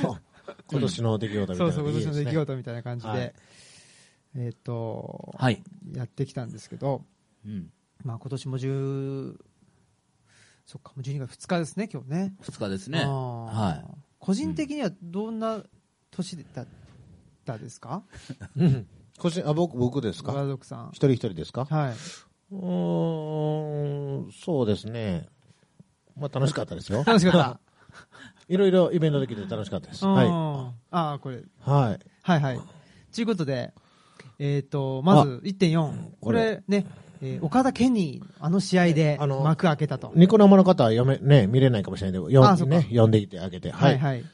[SPEAKER 3] 今年の出来事みた
[SPEAKER 2] そ
[SPEAKER 3] いうな
[SPEAKER 2] そう、
[SPEAKER 3] の
[SPEAKER 2] 今
[SPEAKER 3] い
[SPEAKER 2] 年
[SPEAKER 3] いで
[SPEAKER 2] の
[SPEAKER 3] す
[SPEAKER 2] 出来
[SPEAKER 3] ね。
[SPEAKER 2] 事みたいな感じで、
[SPEAKER 3] はい
[SPEAKER 2] えっ、と、
[SPEAKER 1] はい、
[SPEAKER 2] やってきたんですけど、
[SPEAKER 1] うん、
[SPEAKER 2] まあ今年も10、そっか、もう12月2日ですね、今日ね。
[SPEAKER 1] 2日ですね、
[SPEAKER 2] あー
[SPEAKER 1] は
[SPEAKER 2] 個人的にはどんな年だったですか、
[SPEAKER 3] うん個人あ、僕、僕です
[SPEAKER 2] ご家
[SPEAKER 3] か
[SPEAKER 2] 族さん
[SPEAKER 3] 一。人一人ですか
[SPEAKER 2] はい。
[SPEAKER 3] うーん、そうですね。まあ、楽しかったです
[SPEAKER 2] <laughs>
[SPEAKER 3] よ。
[SPEAKER 2] 楽しかった。
[SPEAKER 3] いろいろイベントできて楽しかったです。
[SPEAKER 2] うん
[SPEAKER 3] は
[SPEAKER 2] ああ、これ。
[SPEAKER 3] い。はい。
[SPEAKER 2] はいはい。ということで、えっ、と、まず1.4。
[SPEAKER 3] こ
[SPEAKER 2] こ
[SPEAKER 3] れ
[SPEAKER 2] れね、えー岡田ケニー、あの試合で
[SPEAKER 3] あの
[SPEAKER 2] 幕開けたと。
[SPEAKER 3] ニコ生の方は読め、ね、見れないかもしれないけど、
[SPEAKER 2] あ
[SPEAKER 3] 読
[SPEAKER 2] そ
[SPEAKER 3] ん
[SPEAKER 2] うか
[SPEAKER 3] ね、読んでいてあげて。は
[SPEAKER 2] はい
[SPEAKER 3] い。
[SPEAKER 2] はい。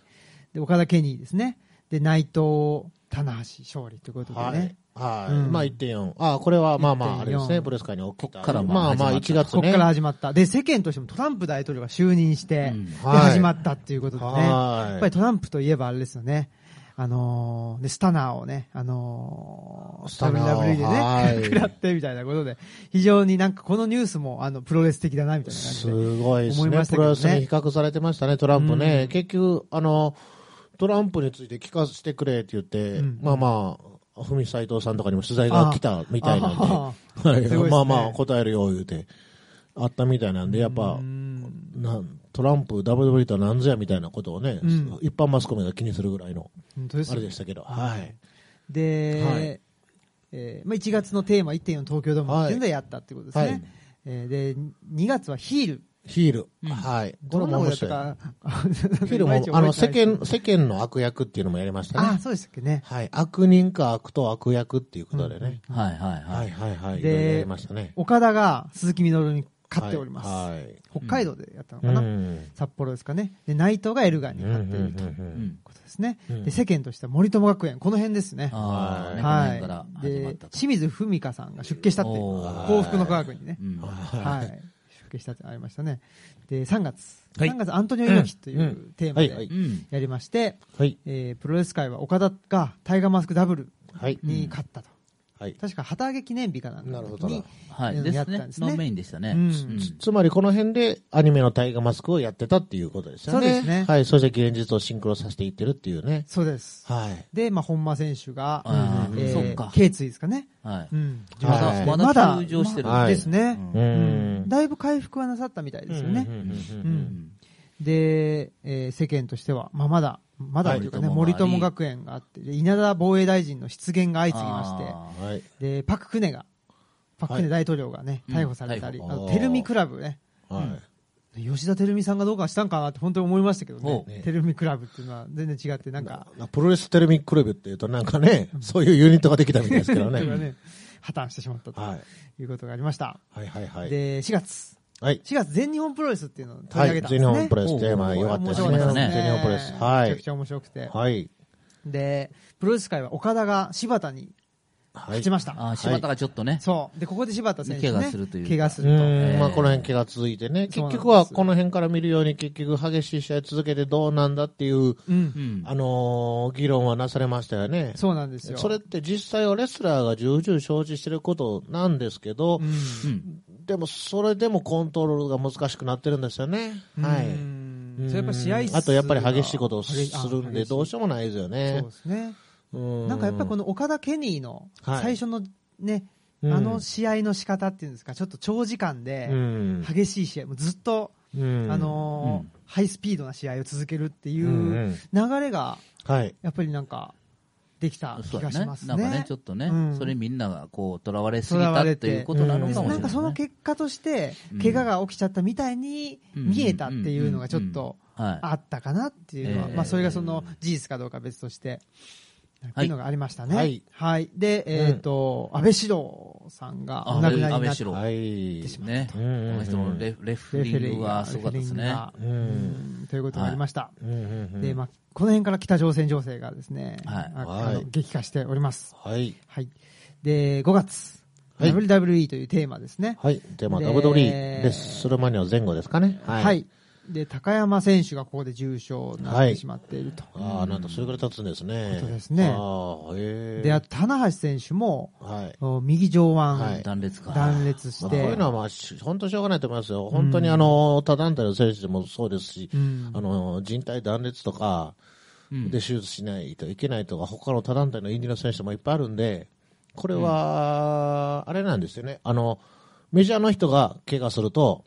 [SPEAKER 2] で、岡田ケニーですね。で、内藤、棚橋勝利ということで
[SPEAKER 3] は
[SPEAKER 2] ね
[SPEAKER 3] い。。は
[SPEAKER 2] う
[SPEAKER 3] い。
[SPEAKER 2] ん
[SPEAKER 3] まあ1.4。あこれはまあまあ、
[SPEAKER 2] 1.4
[SPEAKER 3] あれですね、プレス界に起きた。
[SPEAKER 1] こっから
[SPEAKER 3] ま
[SPEAKER 1] ま
[SPEAKER 3] あ
[SPEAKER 1] あ
[SPEAKER 3] まあ、
[SPEAKER 1] 始
[SPEAKER 3] 1
[SPEAKER 1] まっ
[SPEAKER 3] 月
[SPEAKER 2] こ
[SPEAKER 3] ね。
[SPEAKER 2] っから始まった。で、世間としてもトランプ大統領が就任して、
[SPEAKER 1] うん
[SPEAKER 2] で
[SPEAKER 3] はい
[SPEAKER 2] 始まったっていうことでね。
[SPEAKER 3] はい
[SPEAKER 2] やっぱりトランプといえばあれですよね。あのーで、スタナーをね、あのー
[SPEAKER 3] スタナーを
[SPEAKER 2] WWE
[SPEAKER 3] は
[SPEAKER 2] で
[SPEAKER 3] い
[SPEAKER 2] ね、 <laughs> 食らってみたいなことで、非常になんかこのニュースも、あの、プロレス的だな、みたいな感じ
[SPEAKER 3] す
[SPEAKER 2] で。
[SPEAKER 3] ごいです
[SPEAKER 2] 思い
[SPEAKER 3] ね。
[SPEAKER 2] ましたけど
[SPEAKER 3] プロ
[SPEAKER 2] ね
[SPEAKER 3] レスに比較されてましたね、トランプね。結局、あの、トランプについて聞かせてくれって言って、
[SPEAKER 2] うん
[SPEAKER 3] まあまあ、ふみ斎藤さんとかにも取材が来たみたいなんで、
[SPEAKER 2] あ
[SPEAKER 3] は
[SPEAKER 2] あすごい
[SPEAKER 3] い
[SPEAKER 2] ですね
[SPEAKER 3] まあまあ答えるよ言うて、あったみたいなんで、やっぱ
[SPEAKER 2] う、ん
[SPEAKER 3] なんトランプ、WWE とは何ぞやみたいなことをね、
[SPEAKER 2] うん
[SPEAKER 3] 一般マスコミが気にするぐらいの、
[SPEAKER 2] 本当です
[SPEAKER 3] あ
[SPEAKER 2] よ
[SPEAKER 3] れでしたけど、はい。
[SPEAKER 2] で、
[SPEAKER 3] はい
[SPEAKER 2] えーまあ、1月のテーマ1.4東京ドーム
[SPEAKER 3] はい
[SPEAKER 2] っていうのでやったってことですね。
[SPEAKER 3] はい
[SPEAKER 2] えーで、2月はヒール
[SPEAKER 3] ヒール。
[SPEAKER 1] うん
[SPEAKER 3] はい。これ
[SPEAKER 2] どんな
[SPEAKER 3] も
[SPEAKER 2] もん
[SPEAKER 3] 面
[SPEAKER 2] やった
[SPEAKER 3] 白い。
[SPEAKER 2] か。
[SPEAKER 3] ヒー
[SPEAKER 2] <laughs>
[SPEAKER 3] ルも、あの、世
[SPEAKER 2] の。
[SPEAKER 3] 間、世間の悪役っていうのもやりました
[SPEAKER 2] あ
[SPEAKER 3] ね、。
[SPEAKER 2] そうでしたっけね。
[SPEAKER 3] はい。悪人か悪と悪役っていうことでね。
[SPEAKER 1] はいはいは
[SPEAKER 3] はい
[SPEAKER 1] い。
[SPEAKER 3] はいはい。
[SPEAKER 2] で
[SPEAKER 3] いろいろやりましたね。
[SPEAKER 2] 岡田が鈴木みのるに勝っております。
[SPEAKER 3] はいはい。
[SPEAKER 2] 北海道でやったの
[SPEAKER 3] う
[SPEAKER 2] かな、
[SPEAKER 3] ん。
[SPEAKER 2] 札幌ですかね。で、内藤がエルガンに勝っているという
[SPEAKER 3] うんうんうん
[SPEAKER 1] う
[SPEAKER 3] うん
[SPEAKER 1] ん。
[SPEAKER 2] ことですね。
[SPEAKER 3] うん
[SPEAKER 2] で、世間としては森友学園、この辺ですね。
[SPEAKER 1] ああ、
[SPEAKER 3] はい
[SPEAKER 1] ね
[SPEAKER 2] は
[SPEAKER 1] この辺から
[SPEAKER 2] い。
[SPEAKER 1] 始ま
[SPEAKER 2] で
[SPEAKER 1] った、と。
[SPEAKER 2] 清水文香さんが出家したっていう、
[SPEAKER 1] お
[SPEAKER 3] ー
[SPEAKER 2] 幸福の科学にね
[SPEAKER 1] う。ん
[SPEAKER 3] は
[SPEAKER 2] はい。出家したってありましたね。で、3月。
[SPEAKER 3] はい
[SPEAKER 2] 3月、アントニオ猪木とい
[SPEAKER 3] んう
[SPEAKER 2] うんテーマ
[SPEAKER 3] はいはい
[SPEAKER 2] で
[SPEAKER 1] うん。
[SPEAKER 2] やりまして、
[SPEAKER 3] はい。
[SPEAKER 2] えープロレス界は岡田がタイガーマスクダブル
[SPEAKER 3] はい。
[SPEAKER 2] に勝ったと。
[SPEAKER 3] はい。
[SPEAKER 2] 確か旗揚げ記念日かなんかの時に
[SPEAKER 3] なるほどな
[SPEAKER 1] は
[SPEAKER 2] う
[SPEAKER 1] い。
[SPEAKER 2] ん
[SPEAKER 1] で
[SPEAKER 2] やっ
[SPEAKER 1] す
[SPEAKER 2] た
[SPEAKER 1] ね
[SPEAKER 2] ん。ですね
[SPEAKER 1] のメインでしたね。
[SPEAKER 2] うん
[SPEAKER 1] うん
[SPEAKER 3] つつまりこの辺でアニメのタイガーマスクをやってたっていうことですよね。
[SPEAKER 2] そうですね
[SPEAKER 3] はい。そして現実をシンクロさせていってるっていうね。
[SPEAKER 2] そうです。
[SPEAKER 3] はい。
[SPEAKER 2] で、まあ、本間選手が、
[SPEAKER 1] あー
[SPEAKER 2] え
[SPEAKER 1] そっか
[SPEAKER 2] ー、頸椎ですかね。
[SPEAKER 1] はい。
[SPEAKER 2] うん。
[SPEAKER 3] まだ
[SPEAKER 2] はい
[SPEAKER 1] まだ
[SPEAKER 2] まだ
[SPEAKER 1] 休場してる
[SPEAKER 2] まあ
[SPEAKER 3] はい
[SPEAKER 2] ですね。
[SPEAKER 1] う
[SPEAKER 2] うんだいぶ回復はなさったみたいですよね。
[SPEAKER 3] うん
[SPEAKER 2] う
[SPEAKER 3] うんうんうん
[SPEAKER 2] んで、えー世間としては、まあ、まだ、まだというかね、
[SPEAKER 1] はい
[SPEAKER 2] 森友学園があって、で稲田防衛大臣の失言が相次ぎま
[SPEAKER 1] あー
[SPEAKER 3] はい。
[SPEAKER 2] して、で、パククネが、パククネ大統領がね、
[SPEAKER 1] はい
[SPEAKER 2] 逮捕されたり、
[SPEAKER 3] うん
[SPEAKER 2] あ
[SPEAKER 3] あ
[SPEAKER 2] と、
[SPEAKER 3] ー
[SPEAKER 2] テルミクラブね。
[SPEAKER 3] はい。
[SPEAKER 2] 吉田テルミさんがどうかしたんかなって本当に思いましたけど
[SPEAKER 1] ほ
[SPEAKER 2] ね
[SPEAKER 3] う。
[SPEAKER 2] テルミクラブっていうのは全然違って、なんか、
[SPEAKER 3] なプロレステレビクルブっていうとなんかね、そういうユニットができたみたいですけどね。
[SPEAKER 2] <laughs> それがね、破綻してしまったと
[SPEAKER 3] はい。
[SPEAKER 2] いうことがありました。
[SPEAKER 3] はいはいはい。
[SPEAKER 2] で、4月。
[SPEAKER 3] はい。
[SPEAKER 2] 4月、全日本プロレスっていうのを取り
[SPEAKER 3] は
[SPEAKER 2] 上げ
[SPEAKER 3] い。
[SPEAKER 2] たんで
[SPEAKER 3] 全
[SPEAKER 2] す
[SPEAKER 3] 日
[SPEAKER 2] ね。
[SPEAKER 3] 本プロレステーマ良かった
[SPEAKER 2] 面
[SPEAKER 3] で
[SPEAKER 2] 白かっ
[SPEAKER 3] すね。
[SPEAKER 2] たですね。
[SPEAKER 3] 全日本プロレス。は
[SPEAKER 2] めちゃく
[SPEAKER 3] い
[SPEAKER 2] ち。ゃ面白くて。
[SPEAKER 3] はい。
[SPEAKER 2] で、プロレス界は岡田が柴田に
[SPEAKER 3] は
[SPEAKER 2] 勝
[SPEAKER 3] い
[SPEAKER 2] ち。ました。
[SPEAKER 1] あー、柴田がちょっとね。
[SPEAKER 2] そう。で、ここで柴田選手、ね。
[SPEAKER 1] 怪我するというか
[SPEAKER 2] 怪我す
[SPEAKER 3] う
[SPEAKER 2] ると。
[SPEAKER 1] え
[SPEAKER 3] ん、
[SPEAKER 1] ー
[SPEAKER 3] まあこの辺気が続いてね。
[SPEAKER 2] そうなん
[SPEAKER 3] 結
[SPEAKER 2] です
[SPEAKER 3] 局はこの辺から見るように結局激しい試合続けてどうなんだっていう、
[SPEAKER 2] うん
[SPEAKER 1] う。ん。
[SPEAKER 3] あのー議論はなされましたよね。
[SPEAKER 2] そうなんですよ。
[SPEAKER 3] それって実際はレスラーが重々承知してることなんですけど、
[SPEAKER 2] うん、
[SPEAKER 1] うん。
[SPEAKER 3] でもそれでもコントロールが難しくなってるんですよね。は
[SPEAKER 2] う
[SPEAKER 3] い。
[SPEAKER 2] ん
[SPEAKER 3] うん
[SPEAKER 2] それやっぱ試合数が
[SPEAKER 3] あとやっぱり激しいことをす
[SPEAKER 2] 激しあ
[SPEAKER 3] るんで
[SPEAKER 2] 激しい
[SPEAKER 3] どうしようもないですよ
[SPEAKER 2] そう
[SPEAKER 3] ね
[SPEAKER 2] で。すね。
[SPEAKER 3] な
[SPEAKER 2] なんかやっぱりこの岡田ケニーの
[SPEAKER 3] はい
[SPEAKER 2] 最初のね、
[SPEAKER 3] うん
[SPEAKER 2] あの試合の仕方っていうんですか、ちょっと長時間で
[SPEAKER 3] うん
[SPEAKER 2] 激しい試合、もうずっと、
[SPEAKER 3] うん
[SPEAKER 2] あのー
[SPEAKER 1] うん
[SPEAKER 2] ハイスピードな試合を続けるってい
[SPEAKER 3] うんう
[SPEAKER 2] うん流れが、
[SPEAKER 3] はい。
[SPEAKER 2] やっぱりなんか、できた
[SPEAKER 1] そ
[SPEAKER 2] 気
[SPEAKER 1] うだ
[SPEAKER 2] がしますね。
[SPEAKER 1] なんかね、ちょっとね、
[SPEAKER 2] うん
[SPEAKER 1] それにみんながこう、囚われすぎ
[SPEAKER 2] 囚
[SPEAKER 1] た
[SPEAKER 2] わ
[SPEAKER 1] っ
[SPEAKER 2] れ
[SPEAKER 1] て
[SPEAKER 2] て
[SPEAKER 1] いうことなのかもしれない、ね。
[SPEAKER 2] なんかその結果として
[SPEAKER 1] うん、
[SPEAKER 2] 怪我が起きちゃったみたいに見えたっていうのがちょっと
[SPEAKER 1] うんうんうんうんうんはい
[SPEAKER 2] あったかなっていうのは、
[SPEAKER 1] ええ
[SPEAKER 2] まあそれがその事実かどうかは別として、っていうのがありましたね。
[SPEAKER 3] はい
[SPEAKER 2] はいで、えっ、と、安倍史郎さんがお亡くなりになっ
[SPEAKER 1] 安倍
[SPEAKER 2] て
[SPEAKER 1] う、ん
[SPEAKER 3] はい。
[SPEAKER 1] ね、こ
[SPEAKER 3] うんうんうん
[SPEAKER 1] の人のレレフェリングはすごかったですね。は
[SPEAKER 2] レフ
[SPEAKER 3] う
[SPEAKER 2] ェリングがう
[SPEAKER 3] ん。
[SPEAKER 2] んということがありました。
[SPEAKER 3] うんうんうん
[SPEAKER 2] で、まあ、この辺から北朝鮮情勢がですね、
[SPEAKER 1] はい
[SPEAKER 2] あ
[SPEAKER 3] は
[SPEAKER 2] あ
[SPEAKER 3] い
[SPEAKER 2] の激化しております。
[SPEAKER 3] はい。
[SPEAKER 2] はい。で、5月、
[SPEAKER 3] はい
[SPEAKER 2] WWE というテーマですね。
[SPEAKER 3] はい。で、まあ、
[SPEAKER 2] で
[SPEAKER 3] WWE です。それまでの前後ですかね。
[SPEAKER 2] は、。
[SPEAKER 3] はい
[SPEAKER 2] で、高山選手がここで重傷になっ
[SPEAKER 3] は
[SPEAKER 2] て
[SPEAKER 3] い
[SPEAKER 2] しまっていると。
[SPEAKER 3] ああ、なんとそれから経つんですね。
[SPEAKER 2] ことですね
[SPEAKER 3] ああ、へえ。
[SPEAKER 2] で、あと、棚橋選手も、
[SPEAKER 3] はい。
[SPEAKER 2] お右上
[SPEAKER 3] は
[SPEAKER 2] 腕
[SPEAKER 1] い、断裂か。
[SPEAKER 2] 断裂し
[SPEAKER 3] まあ
[SPEAKER 2] て、
[SPEAKER 3] こういうのは、まあ、し本当しょうがないと思いますよ。本当に、あの、他団体の選手でもそうですし、
[SPEAKER 2] うん
[SPEAKER 3] あの、人体断裂とか
[SPEAKER 1] うん
[SPEAKER 3] で手術しないといけないとか、他の他団体のインディの選手もいっぱいあるんで、これは、あれなんですよね。あの、メジャーの人が怪我すると、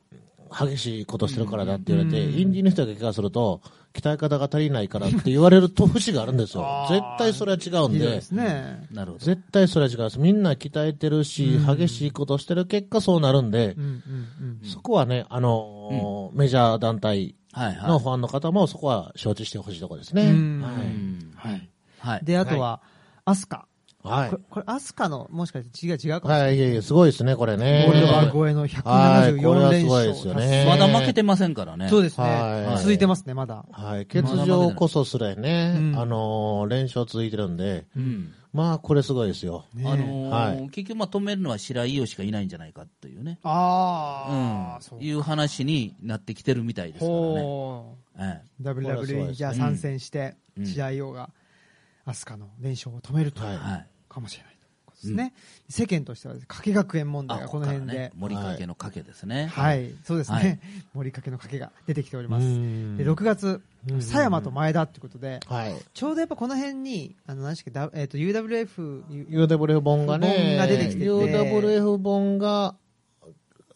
[SPEAKER 3] 激しいことしてるからだって言われて、インディの人が怪我すると、鍛え方が足りないからって言われると節があるんです
[SPEAKER 2] <laughs>
[SPEAKER 3] よ
[SPEAKER 2] あ。ー
[SPEAKER 3] 絶対それは違うん
[SPEAKER 2] ひどい
[SPEAKER 3] で
[SPEAKER 2] で。すね。
[SPEAKER 1] なるほど。
[SPEAKER 3] 絶対それは違います。みんな鍛えてるし、激しいことしてる結果そうなるんで
[SPEAKER 2] うん、うん
[SPEAKER 3] そこはね、あのーメジャー団体
[SPEAKER 1] はいはい。
[SPEAKER 3] のファンの方もそこは承知してほしいところですね。
[SPEAKER 2] うん
[SPEAKER 3] は
[SPEAKER 1] う
[SPEAKER 3] い。
[SPEAKER 1] んはい。は
[SPEAKER 2] うん。
[SPEAKER 1] い。
[SPEAKER 2] で、あとは、アスカ。
[SPEAKER 3] はい
[SPEAKER 2] これ、。これアスカの、もしかして違う、違うかもし
[SPEAKER 3] はい、いえいえ、すごいですね、こ
[SPEAKER 2] れ
[SPEAKER 3] れ
[SPEAKER 2] ない。
[SPEAKER 3] ね。
[SPEAKER 2] ゴールドバーグ超えの
[SPEAKER 3] はいこ
[SPEAKER 2] 174
[SPEAKER 3] れはす
[SPEAKER 2] 連
[SPEAKER 3] ご
[SPEAKER 2] 勝
[SPEAKER 3] いで
[SPEAKER 2] 達
[SPEAKER 3] す
[SPEAKER 2] 成。
[SPEAKER 3] よね
[SPEAKER 1] まだ負けてませんからね。
[SPEAKER 2] そうです
[SPEAKER 3] は
[SPEAKER 2] ね。
[SPEAKER 3] い
[SPEAKER 2] 続いてますね、まだ。
[SPEAKER 3] はい。欠場こそすらね、
[SPEAKER 2] うん
[SPEAKER 3] あのー連勝続いてるんで、
[SPEAKER 1] うん。
[SPEAKER 3] まあ、これすごいですよ。
[SPEAKER 2] ね
[SPEAKER 1] あのー
[SPEAKER 3] は
[SPEAKER 1] 結局、まあ、止めるのは白井伊代しかいないんじゃないかというね。
[SPEAKER 2] ああ、
[SPEAKER 1] うん
[SPEAKER 2] そう。
[SPEAKER 1] いう話になってきてるみたいですからね。
[SPEAKER 2] ほう。
[SPEAKER 1] ええ
[SPEAKER 2] WWE にじゃあ参戦して、
[SPEAKER 1] うん
[SPEAKER 2] 試合用がアスカの連勝を止めると、
[SPEAKER 3] はい
[SPEAKER 1] はい
[SPEAKER 2] かもしれないということですね、世間としては加計学園問題
[SPEAKER 1] あ、
[SPEAKER 2] が
[SPEAKER 1] こ
[SPEAKER 2] こ
[SPEAKER 1] の
[SPEAKER 2] の
[SPEAKER 1] 辺
[SPEAKER 2] 辺
[SPEAKER 1] で、
[SPEAKER 2] で、
[SPEAKER 1] ね、森掛けの掛けですね。
[SPEAKER 2] はいそうですね、
[SPEAKER 1] はい
[SPEAKER 2] 盛りかけの賭けが出てきております
[SPEAKER 3] う
[SPEAKER 2] で
[SPEAKER 3] ん
[SPEAKER 2] 6月狭山と前田ということで
[SPEAKER 3] はい。
[SPEAKER 2] ちょうどやっぱこの辺にあの何でしたっけ、だえー、と UWF
[SPEAKER 3] UWF 本がね、
[SPEAKER 2] 本が出てきてて
[SPEAKER 3] UWF 本が、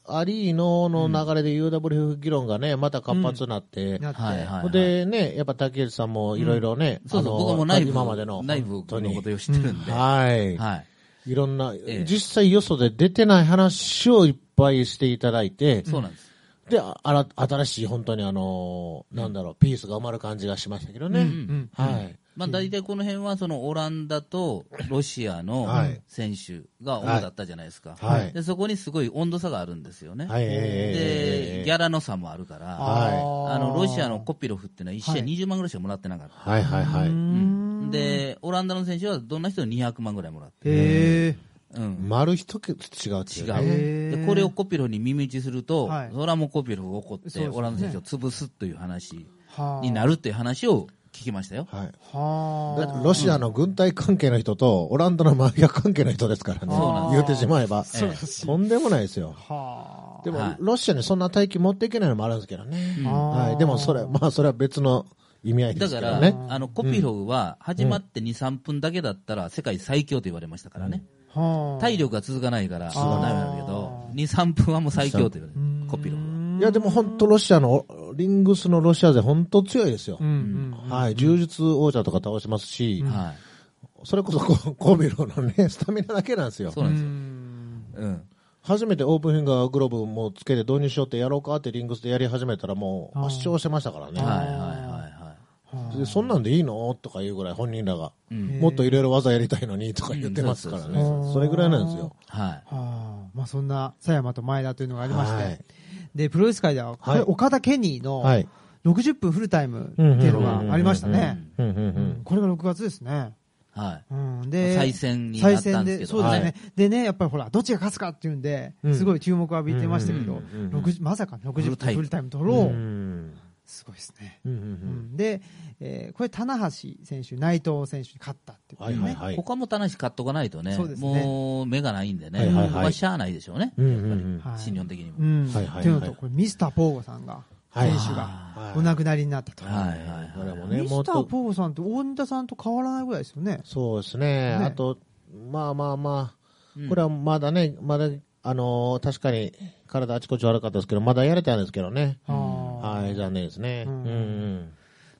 [SPEAKER 3] ありのの流れで UWF 議論がね、また活発になって、
[SPEAKER 2] なって、
[SPEAKER 1] はいはいはい。
[SPEAKER 3] でね、やっぱ竹内さんもいろいろね、
[SPEAKER 1] そうそう、
[SPEAKER 3] あの
[SPEAKER 1] 僕はもう内部、
[SPEAKER 3] 今までの、
[SPEAKER 1] 内部の
[SPEAKER 3] 本当
[SPEAKER 1] こと
[SPEAKER 3] に。
[SPEAKER 1] を知ってるんで。
[SPEAKER 3] はい。
[SPEAKER 1] はい。
[SPEAKER 3] いろんな、
[SPEAKER 1] ええ
[SPEAKER 3] 実際よそで出てない話をいっぱいしていただいて、
[SPEAKER 1] そうなんです。
[SPEAKER 3] で、ああら新しい本当にあのーなんだろう、ピースが埋まる感じがしましたけどね。
[SPEAKER 2] うん
[SPEAKER 3] はい。
[SPEAKER 1] まあ、大体この辺はそのオランダとロシアの
[SPEAKER 3] はい
[SPEAKER 1] 選手が主だったじゃないですか、
[SPEAKER 3] はい
[SPEAKER 1] でそこにすごい温度差があるんですよね、
[SPEAKER 3] はい。
[SPEAKER 1] でギャラの差もあるから、
[SPEAKER 3] はい
[SPEAKER 1] あのロシアのコピロフっていうのは1試合20万ぐらいしかもらってなかった、
[SPEAKER 3] はいはいは
[SPEAKER 2] う
[SPEAKER 3] い。
[SPEAKER 2] ん
[SPEAKER 1] でオランダの選手はどんな人でも200万ぐらいもらって、
[SPEAKER 2] へ
[SPEAKER 1] うん、
[SPEAKER 3] 丸一桁違うっていうね
[SPEAKER 1] 違う
[SPEAKER 2] え
[SPEAKER 1] でこれをコピロフに耳打ちすると、
[SPEAKER 2] はい
[SPEAKER 1] それはもうコピロフが怒っ
[SPEAKER 2] そうです
[SPEAKER 1] て、
[SPEAKER 2] ね
[SPEAKER 1] オランダ選手を潰すという話
[SPEAKER 2] は
[SPEAKER 1] にな
[SPEAKER 2] る
[SPEAKER 1] るっていう話を聞きましたよ。
[SPEAKER 3] はい。
[SPEAKER 2] は
[SPEAKER 3] だ
[SPEAKER 2] あ
[SPEAKER 3] ってロシアの軍隊関係の人と、オランダのマフィア関係の人ですからね。
[SPEAKER 2] そうなんです
[SPEAKER 3] 言うてしまえば。
[SPEAKER 1] そう
[SPEAKER 3] ええとんでもないですよ。
[SPEAKER 2] はあ
[SPEAKER 3] でも、
[SPEAKER 1] はい
[SPEAKER 3] ロシアにそんな大金持っていけないのもあるんですけどね。
[SPEAKER 1] うん
[SPEAKER 3] はい。でも、それ、まあ、それは別の意味合いで
[SPEAKER 1] だ
[SPEAKER 3] すけ
[SPEAKER 1] か
[SPEAKER 3] ど
[SPEAKER 1] ら、
[SPEAKER 3] ね。
[SPEAKER 1] あのコピロフは始まって2、3分だけだったら世界最強と言われましたからね、
[SPEAKER 2] はあ
[SPEAKER 1] 体力が続かないから、ダ
[SPEAKER 2] か
[SPEAKER 1] メ
[SPEAKER 2] ない
[SPEAKER 1] なんだけど、2、3分はもう最強と言われ
[SPEAKER 2] うん
[SPEAKER 1] る、コピロフは。
[SPEAKER 3] いや、でも本当ロシアの、リングスのロシア勢本当強いですよ
[SPEAKER 2] う。んうん
[SPEAKER 3] はい。柔術王者とか倒しますし、
[SPEAKER 1] はい、
[SPEAKER 3] それこそ <laughs> ココビロのね、スタミナだけなんですよ
[SPEAKER 1] そ。うなんですよ、うん
[SPEAKER 3] 初めてオープンフィンガーグローブもつけて導入しようってやろうかってリングスでやり始めたらもう圧勝してましたからね。
[SPEAKER 1] はいはいはいはい。
[SPEAKER 3] でそんなんでいいのとか言うぐらい本人らが、
[SPEAKER 1] うん
[SPEAKER 3] もっといろいろ技やりたいのにとか言ってますからね、
[SPEAKER 2] うんそうそうそう
[SPEAKER 3] それぐらいなんですよ。
[SPEAKER 1] はい
[SPEAKER 2] はあまあそんな佐山と前田というのがありまして、
[SPEAKER 3] はい
[SPEAKER 2] でプロレス界ではこれ
[SPEAKER 3] はい
[SPEAKER 2] 岡田ケニーの
[SPEAKER 3] はい。
[SPEAKER 2] 60分フルタイムっていうのがありましたね、
[SPEAKER 3] うんうんう
[SPEAKER 2] うん
[SPEAKER 3] ん。
[SPEAKER 2] これが6月ですね、
[SPEAKER 1] はい
[SPEAKER 2] うん、で
[SPEAKER 1] 再戦になったんですけど
[SPEAKER 2] 再戦でそうですね、
[SPEAKER 3] はい
[SPEAKER 2] でねやっぱりほらどっちが勝つかっていうんで
[SPEAKER 3] うん
[SPEAKER 2] すごい注目を浴びてましたけど、
[SPEAKER 3] うんうんうんうん
[SPEAKER 2] 60まさか
[SPEAKER 1] フ
[SPEAKER 2] 60
[SPEAKER 1] ルタ
[SPEAKER 2] 分
[SPEAKER 1] イム
[SPEAKER 2] フルタイム取
[SPEAKER 3] う
[SPEAKER 2] ろう、
[SPEAKER 3] ん
[SPEAKER 2] すごいですね、
[SPEAKER 3] うんう
[SPEAKER 2] うん
[SPEAKER 3] ん
[SPEAKER 2] で、えーこれ棚橋選手内藤選手に勝ったっていうこ
[SPEAKER 3] うん。は
[SPEAKER 2] と
[SPEAKER 3] い
[SPEAKER 2] ね、
[SPEAKER 3] はいはい。
[SPEAKER 1] 他も田無買っとかないとね
[SPEAKER 2] そうですね
[SPEAKER 1] もう目がないんでね、
[SPEAKER 3] はいはいはい
[SPEAKER 1] ここはしゃあないでしょうね、
[SPEAKER 3] うんうんうん。
[SPEAKER 2] はい
[SPEAKER 1] 信用的にも。
[SPEAKER 2] うん
[SPEAKER 3] はいはいはい
[SPEAKER 2] っていうのとこれミスターポーゴさんが
[SPEAKER 3] はい
[SPEAKER 2] 選手が
[SPEAKER 3] はい
[SPEAKER 2] お亡くなりになったと、
[SPEAKER 1] はいはい
[SPEAKER 3] これもね、
[SPEAKER 2] ミ
[SPEAKER 3] も
[SPEAKER 2] ス
[SPEAKER 3] っ
[SPEAKER 2] ター
[SPEAKER 3] と、
[SPEAKER 2] ポーさんって大仁田さんと変わらないぐらいですよね。
[SPEAKER 3] そうですね。
[SPEAKER 2] ね
[SPEAKER 3] あと、まあまあま
[SPEAKER 1] うん
[SPEAKER 3] あ、これはまだね、まだ、あのー、確かに体あちこち悪かったですけど、まだやれたんですけどね。
[SPEAKER 2] あ
[SPEAKER 3] はい、残念ですね。
[SPEAKER 2] う
[SPEAKER 3] うんんうん。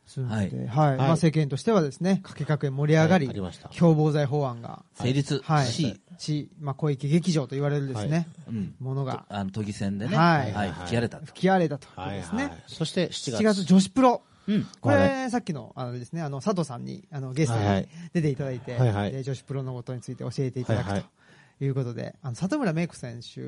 [SPEAKER 2] ー
[SPEAKER 1] はい
[SPEAKER 2] そうではい。まあ世間としてはですね、かけかけ盛り上がり
[SPEAKER 3] はいありました、
[SPEAKER 2] 共謀罪法案が、
[SPEAKER 1] 成立し、
[SPEAKER 2] はい。し、まあ小池劇場と言われるですね、
[SPEAKER 1] うん、
[SPEAKER 2] ものが
[SPEAKER 1] あの都議選でね、
[SPEAKER 2] はい
[SPEAKER 1] はい吹き荒れたと、
[SPEAKER 2] 吹き荒れたということ
[SPEAKER 3] はい
[SPEAKER 2] です
[SPEAKER 3] は
[SPEAKER 2] ね。
[SPEAKER 3] い。そして7
[SPEAKER 2] 7月
[SPEAKER 3] 月。
[SPEAKER 2] 女子プロ。
[SPEAKER 1] うん
[SPEAKER 2] これ、さっきの、あのですね、あの、佐藤さんに、あの、ゲスト
[SPEAKER 3] はいは
[SPEAKER 2] に
[SPEAKER 3] い
[SPEAKER 2] 出ていただいて、
[SPEAKER 3] はいはい
[SPEAKER 2] で女子プロのことについて教えていただく
[SPEAKER 3] はい
[SPEAKER 2] と
[SPEAKER 3] は
[SPEAKER 2] いうことで、あの、里村メイク選手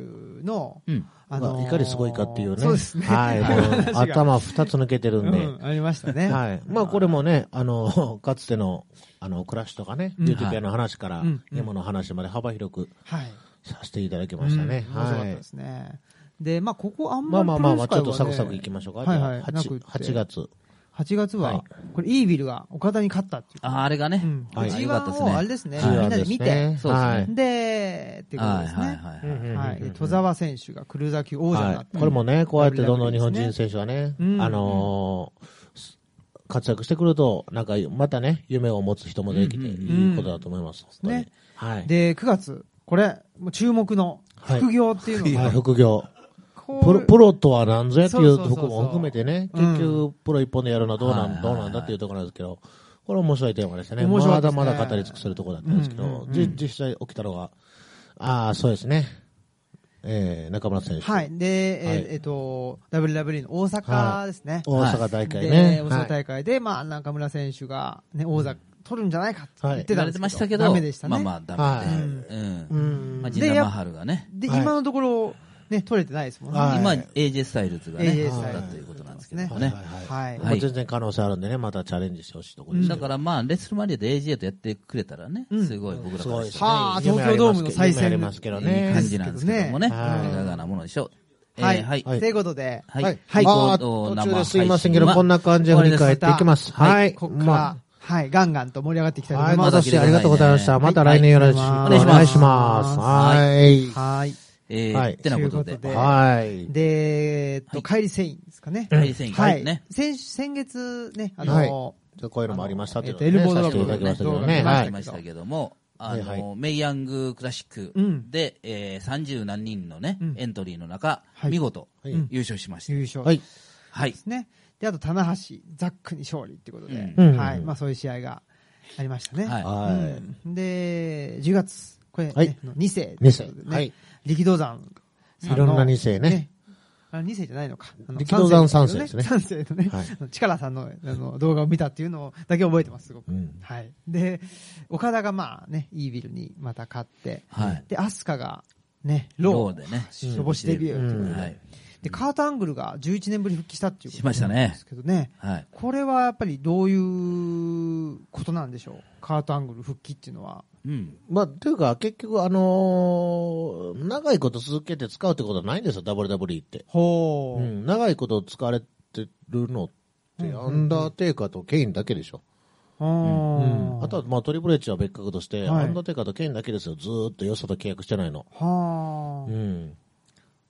[SPEAKER 2] の、
[SPEAKER 1] うん
[SPEAKER 2] あ
[SPEAKER 3] まあいかにすごいかっていうね。
[SPEAKER 2] そうですね。 <laughs>
[SPEAKER 3] はい。もう
[SPEAKER 2] 話が
[SPEAKER 3] 頭二つ抜けてるんで。
[SPEAKER 2] うん、ありましたね。
[SPEAKER 3] はい。まあこれもね、あの、 <laughs> かつての、あの、暮らしとかね、ユートピアの話から、
[SPEAKER 2] うん
[SPEAKER 3] 今の話まで幅広く
[SPEAKER 2] はい。
[SPEAKER 3] させていただきましたね。
[SPEAKER 2] うん面白かった
[SPEAKER 3] はい
[SPEAKER 2] で。すね。で、まあ、ここあん
[SPEAKER 3] ま
[SPEAKER 2] ま
[SPEAKER 3] あ
[SPEAKER 2] り
[SPEAKER 3] まあ
[SPEAKER 2] プ
[SPEAKER 3] まあ
[SPEAKER 2] ロ
[SPEAKER 3] ま
[SPEAKER 2] レ
[SPEAKER 3] あ、
[SPEAKER 2] ス
[SPEAKER 3] ち
[SPEAKER 2] 界はね
[SPEAKER 3] ょっとサクサクいきましょうか。
[SPEAKER 2] はいはい
[SPEAKER 3] じゃあ
[SPEAKER 2] なくて
[SPEAKER 3] 8, 8月。
[SPEAKER 2] 8月は、
[SPEAKER 3] はい
[SPEAKER 2] これ、イービルが岡田に勝ったっていう。
[SPEAKER 1] あーあれがね、
[SPEAKER 2] うん。
[SPEAKER 1] はい
[SPEAKER 2] G1
[SPEAKER 1] よかったですね
[SPEAKER 2] をあれですね、
[SPEAKER 1] はい
[SPEAKER 2] みんなで見て、
[SPEAKER 1] そうですね
[SPEAKER 3] はい
[SPEAKER 2] で、っていうこと
[SPEAKER 1] はい
[SPEAKER 2] です
[SPEAKER 1] はい
[SPEAKER 2] ね。
[SPEAKER 1] はい、
[SPEAKER 3] うんうんうん
[SPEAKER 2] はい。で、戸沢選手がクルーザー級王者にな
[SPEAKER 3] は
[SPEAKER 2] っ
[SPEAKER 3] い、
[SPEAKER 2] た。
[SPEAKER 3] これもね、こうやってどんど
[SPEAKER 2] WWE
[SPEAKER 3] ん日本人選手がね、
[SPEAKER 2] うん
[SPEAKER 3] あのーす活躍してくると、なんか、またね、夢を持つ人もできて、
[SPEAKER 2] ん
[SPEAKER 3] いいことだと思います。本当に
[SPEAKER 2] ね。
[SPEAKER 3] はい。
[SPEAKER 2] で、9月、これ、もう注目の副業っていうのが、
[SPEAKER 3] はい副業。
[SPEAKER 2] こう
[SPEAKER 3] プロプロとは何ぞやってい
[SPEAKER 2] そう
[SPEAKER 3] う
[SPEAKER 2] そうそう
[SPEAKER 3] と
[SPEAKER 2] そう
[SPEAKER 3] こも含めてね、
[SPEAKER 2] うん
[SPEAKER 3] 結局、プロ一本でやるのはどうな
[SPEAKER 1] はいはい
[SPEAKER 3] ん、
[SPEAKER 1] は
[SPEAKER 3] ど
[SPEAKER 1] いう
[SPEAKER 3] なんだっていうところなんですけど、これ面白いテーマでしたね。
[SPEAKER 2] 面白い
[SPEAKER 3] ま
[SPEAKER 2] で
[SPEAKER 3] だ
[SPEAKER 2] すね
[SPEAKER 3] まだ語り尽くせるところだったんですけど、
[SPEAKER 2] うんうんうん
[SPEAKER 3] じ実際起きたのが、ああ、そうですね。えー、中村選手。
[SPEAKER 2] はい。で、えー
[SPEAKER 3] はい
[SPEAKER 2] えっと、WWE の大阪ですね。
[SPEAKER 3] 大阪大会
[SPEAKER 2] で
[SPEAKER 3] ね。
[SPEAKER 2] 大
[SPEAKER 3] は
[SPEAKER 2] 阪
[SPEAKER 3] い
[SPEAKER 2] 大会で、まあ、中村選手が、ね、王座取るんじゃないかって言って
[SPEAKER 1] 言
[SPEAKER 2] た
[SPEAKER 1] わ
[SPEAKER 2] ん
[SPEAKER 1] れ
[SPEAKER 2] で
[SPEAKER 1] て
[SPEAKER 2] す
[SPEAKER 1] ましたけど、
[SPEAKER 2] ダメでしたね。
[SPEAKER 1] まあまあ、ダメで、うん
[SPEAKER 3] うん
[SPEAKER 1] まあ、
[SPEAKER 2] で
[SPEAKER 1] ジンダ
[SPEAKER 2] やっ
[SPEAKER 1] マハルがね、
[SPEAKER 2] で、
[SPEAKER 3] はい
[SPEAKER 2] 今のところ、ね、取れてないですもんね。
[SPEAKER 3] はい
[SPEAKER 1] 今、AJ スタイルズがね、
[SPEAKER 2] AJ
[SPEAKER 1] だ
[SPEAKER 2] ス
[SPEAKER 3] タイルズ
[SPEAKER 1] ったということなんですけども
[SPEAKER 3] はい
[SPEAKER 1] ね。
[SPEAKER 3] はい
[SPEAKER 2] はい
[SPEAKER 3] はい。もう全然可能性あるんでね、またチャレンジしてほしいところです
[SPEAKER 1] だからまあ、レッスルマニアで AJ とやってくれたらね、すごい僕ら
[SPEAKER 3] す
[SPEAKER 1] から
[SPEAKER 3] ご
[SPEAKER 1] し
[SPEAKER 3] いで
[SPEAKER 1] て
[SPEAKER 3] すね。
[SPEAKER 2] はあ
[SPEAKER 3] 夢
[SPEAKER 2] 東京ドームの再戦
[SPEAKER 3] ありますけど
[SPEAKER 1] いい
[SPEAKER 3] ね
[SPEAKER 1] 感。じなんですけどもね、い
[SPEAKER 2] ですけど
[SPEAKER 3] ねはい
[SPEAKER 1] かがなものでしょう。
[SPEAKER 2] は
[SPEAKER 1] え
[SPEAKER 2] い。
[SPEAKER 1] ー
[SPEAKER 2] は。
[SPEAKER 1] はいい。
[SPEAKER 2] ということで、
[SPEAKER 1] はい
[SPEAKER 3] はい。
[SPEAKER 2] はい
[SPEAKER 3] まあ
[SPEAKER 1] えっと生
[SPEAKER 3] 途中
[SPEAKER 1] 配
[SPEAKER 3] です
[SPEAKER 1] 信
[SPEAKER 3] いませんけど、
[SPEAKER 1] は
[SPEAKER 3] こんな感じで振り返っていきます。は。
[SPEAKER 2] はいい。ここから、
[SPEAKER 3] ま
[SPEAKER 2] はい、ガンガンと盛り上がっていきた
[SPEAKER 3] あ
[SPEAKER 2] いと思
[SPEAKER 3] はいい。
[SPEAKER 2] ま
[SPEAKER 3] ま
[SPEAKER 2] す。
[SPEAKER 3] たしてありがとうございました。
[SPEAKER 1] はい
[SPEAKER 3] また来年よろしくお願いします。
[SPEAKER 2] は
[SPEAKER 3] はい。
[SPEAKER 2] はい。
[SPEAKER 1] え
[SPEAKER 3] はい
[SPEAKER 1] ー、ってなことで
[SPEAKER 2] とい。うこと
[SPEAKER 3] はい。
[SPEAKER 2] で、えーっと、
[SPEAKER 1] はい
[SPEAKER 2] カイリー・セインですかね。
[SPEAKER 1] カイリーセイン
[SPEAKER 2] はい。
[SPEAKER 1] ね
[SPEAKER 2] 先先月ね、あの、
[SPEAKER 3] はいちょっとこういうのもありました
[SPEAKER 2] あの
[SPEAKER 3] というの
[SPEAKER 2] えっとエルボード
[SPEAKER 3] ね
[SPEAKER 2] ロッ
[SPEAKER 3] させ
[SPEAKER 2] ク
[SPEAKER 3] ていただきましたけど
[SPEAKER 2] ね
[SPEAKER 3] ね。
[SPEAKER 2] は
[SPEAKER 3] はい
[SPEAKER 1] い
[SPEAKER 3] い。
[SPEAKER 1] ましたけども、あ
[SPEAKER 3] はいは
[SPEAKER 1] の、メイヤングクラシック
[SPEAKER 2] うん
[SPEAKER 1] で、えー、30何人のね
[SPEAKER 2] うん、
[SPEAKER 1] エントリーの中
[SPEAKER 2] は、い
[SPEAKER 1] 見事
[SPEAKER 3] はい
[SPEAKER 1] 優勝しました
[SPEAKER 2] 優。勝。
[SPEAKER 3] はい。
[SPEAKER 1] はい。
[SPEAKER 2] ね。で、あと、棚橋、ザックに勝利っていうことで、
[SPEAKER 3] うん
[SPEAKER 2] はい。まあ、そういう試合がありましたね。
[SPEAKER 1] はい
[SPEAKER 3] は
[SPEAKER 2] うんで、10月、これ、ね
[SPEAKER 3] はい
[SPEAKER 2] 2世
[SPEAKER 3] 二世
[SPEAKER 2] ということでね
[SPEAKER 3] はい
[SPEAKER 2] 力道山さんの
[SPEAKER 3] いろんな二世ね。
[SPEAKER 2] あの2世じゃないのか。あの
[SPEAKER 3] 力道山三世ですね
[SPEAKER 2] 三世のね
[SPEAKER 3] はい、
[SPEAKER 2] 力さんのあの動画を見たっていうのだけ覚えてます、すごく。
[SPEAKER 3] うん
[SPEAKER 2] はい。で、岡田がまあね、イービルにまた勝って、
[SPEAKER 1] はい
[SPEAKER 2] で、アスカがね、
[SPEAKER 1] ロ
[SPEAKER 2] ロ
[SPEAKER 1] ーでね。
[SPEAKER 2] ー、諸星デビューっていうことで、
[SPEAKER 1] はい。
[SPEAKER 2] で、カート・アングルが11年ぶり復帰したっていうこと
[SPEAKER 1] しましたね
[SPEAKER 2] なんですけどね。
[SPEAKER 1] はい。
[SPEAKER 2] これはやっぱりどういうことなんでしょうカート・アングル復帰っていうのは。
[SPEAKER 1] うん。
[SPEAKER 3] まあ、というか、結局、あのー長いこと続けて使うってことはないんですよ、WWE って。
[SPEAKER 2] ほ
[SPEAKER 3] う、
[SPEAKER 2] うん
[SPEAKER 3] 長いこと使われてるのって、アンダーテイカーとケインだけでしょ。
[SPEAKER 2] あ
[SPEAKER 3] うん
[SPEAKER 2] ー
[SPEAKER 3] あとは、まあ、トリプル H は別格として、
[SPEAKER 2] はい
[SPEAKER 3] アンダーテイカーとケインだけですよ、ずーっとよそと契約してないの。
[SPEAKER 2] は
[SPEAKER 3] う
[SPEAKER 2] あ。
[SPEAKER 3] ん。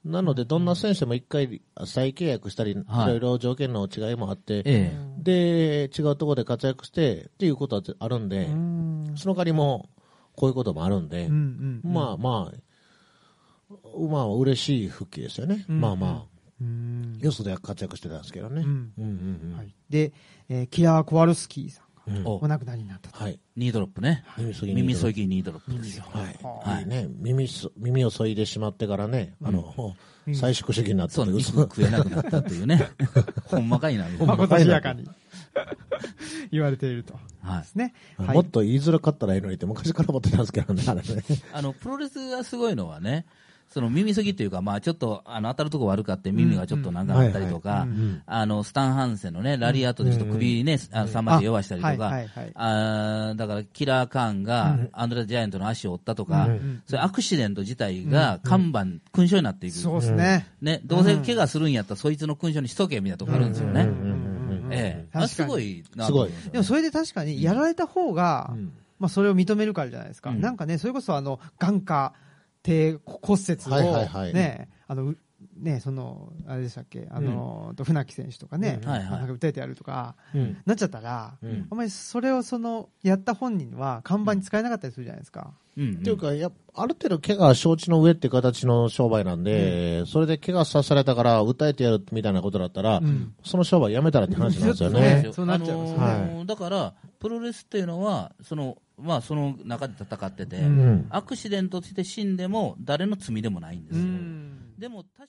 [SPEAKER 3] なので、どんな選手でも一回再契約したり、い
[SPEAKER 1] はい
[SPEAKER 3] ろいろ条件の違いもあって、
[SPEAKER 1] え
[SPEAKER 3] で、違うところで活躍してっていうことはあるんで、
[SPEAKER 2] うん
[SPEAKER 3] その代わりも、こういうこともあるんで、
[SPEAKER 2] うんうん。
[SPEAKER 3] まあまあ、まあ嬉しい復帰ですよね、
[SPEAKER 2] うん
[SPEAKER 3] まあまあ、
[SPEAKER 2] うん
[SPEAKER 3] よそでは活躍してたんですけどね、
[SPEAKER 2] うん
[SPEAKER 3] うんうんうん
[SPEAKER 2] はいで、えーキラー・コワルスキーさんが
[SPEAKER 3] うん
[SPEAKER 1] お
[SPEAKER 2] お亡くなりになったと。
[SPEAKER 3] はい、
[SPEAKER 1] ニードロップね。
[SPEAKER 3] 耳そぎ
[SPEAKER 1] 耳そぎニードロップですよ。
[SPEAKER 3] はい
[SPEAKER 1] はい
[SPEAKER 3] いいね、耳そ耳をそいでしまってからね、あの
[SPEAKER 2] うん
[SPEAKER 3] 最縮主義になった
[SPEAKER 1] そう
[SPEAKER 3] とい
[SPEAKER 1] ね、
[SPEAKER 3] う <laughs>
[SPEAKER 1] 肉食えなくなったという <laughs> ね。ほんまかいな、みたい
[SPEAKER 2] ま
[SPEAKER 1] な。
[SPEAKER 2] ことしやかに <laughs> 言われていると。
[SPEAKER 1] はい
[SPEAKER 2] で。すね。は
[SPEAKER 3] もっ
[SPEAKER 2] い。
[SPEAKER 3] と言いづらかったらいいのにって昔から思ってたんですけどね、あれね。
[SPEAKER 1] あの、プロレスがすごいのはね、その耳すぎというか、まあちょっと、あの、当たるとこ悪かって耳がちょっとなんかあったりとか
[SPEAKER 2] うんう、
[SPEAKER 1] あの、スタンハンセンのね、ラリアートでちょっと首ね、あ3まで弱したりと
[SPEAKER 2] あは
[SPEAKER 1] か
[SPEAKER 2] いはいはい、
[SPEAKER 1] あーだからキラーカーンがアンドレ・ジャイアントの足を折ったとか、そういうアクシデント自体が看板、勲章になっていく。
[SPEAKER 2] そうですね。
[SPEAKER 1] ね、どうせ怪我するんやったらそいつの勲章にしとけみたいなとこあるんですよね。ええ。あ
[SPEAKER 2] 確か
[SPEAKER 1] す
[SPEAKER 2] に
[SPEAKER 1] ごいな
[SPEAKER 3] す
[SPEAKER 1] と
[SPEAKER 3] ご
[SPEAKER 1] 思
[SPEAKER 3] い
[SPEAKER 1] いますよね
[SPEAKER 2] でもそれで確かにやられた方が、まあそれを認めるからじゃないですか。
[SPEAKER 1] うん
[SPEAKER 2] なんかね、それこそあの、眼下低骨折を、ね、
[SPEAKER 3] はいはいはい
[SPEAKER 2] あの、うね、その、あれでしたっけ、あの、と船木選手とかね、
[SPEAKER 1] うんはいはい
[SPEAKER 2] なんか打たれてやるとか、
[SPEAKER 3] うん
[SPEAKER 2] なっちゃったら、
[SPEAKER 3] うん
[SPEAKER 2] あんまりそれをその、やった本人は看板に使えなかったりするじゃないですか。
[SPEAKER 1] うん
[SPEAKER 3] っていうか、やっぱある程度、怪我は承知の上って形の商売なんで、それで怪我させられたから、訴えてやるみたいなことだったら、
[SPEAKER 2] ん
[SPEAKER 3] その商売やめたらって話なんですよ
[SPEAKER 1] そうなんです
[SPEAKER 3] ね。
[SPEAKER 1] よ
[SPEAKER 2] そうなっちゃいますよ
[SPEAKER 3] ね
[SPEAKER 1] あのーだから、プロレスっていうのは、その、まあ、その中で戦ってて、
[SPEAKER 3] ん
[SPEAKER 1] アクシデントして死んでも、誰の罪でもないんですよ。でも、確か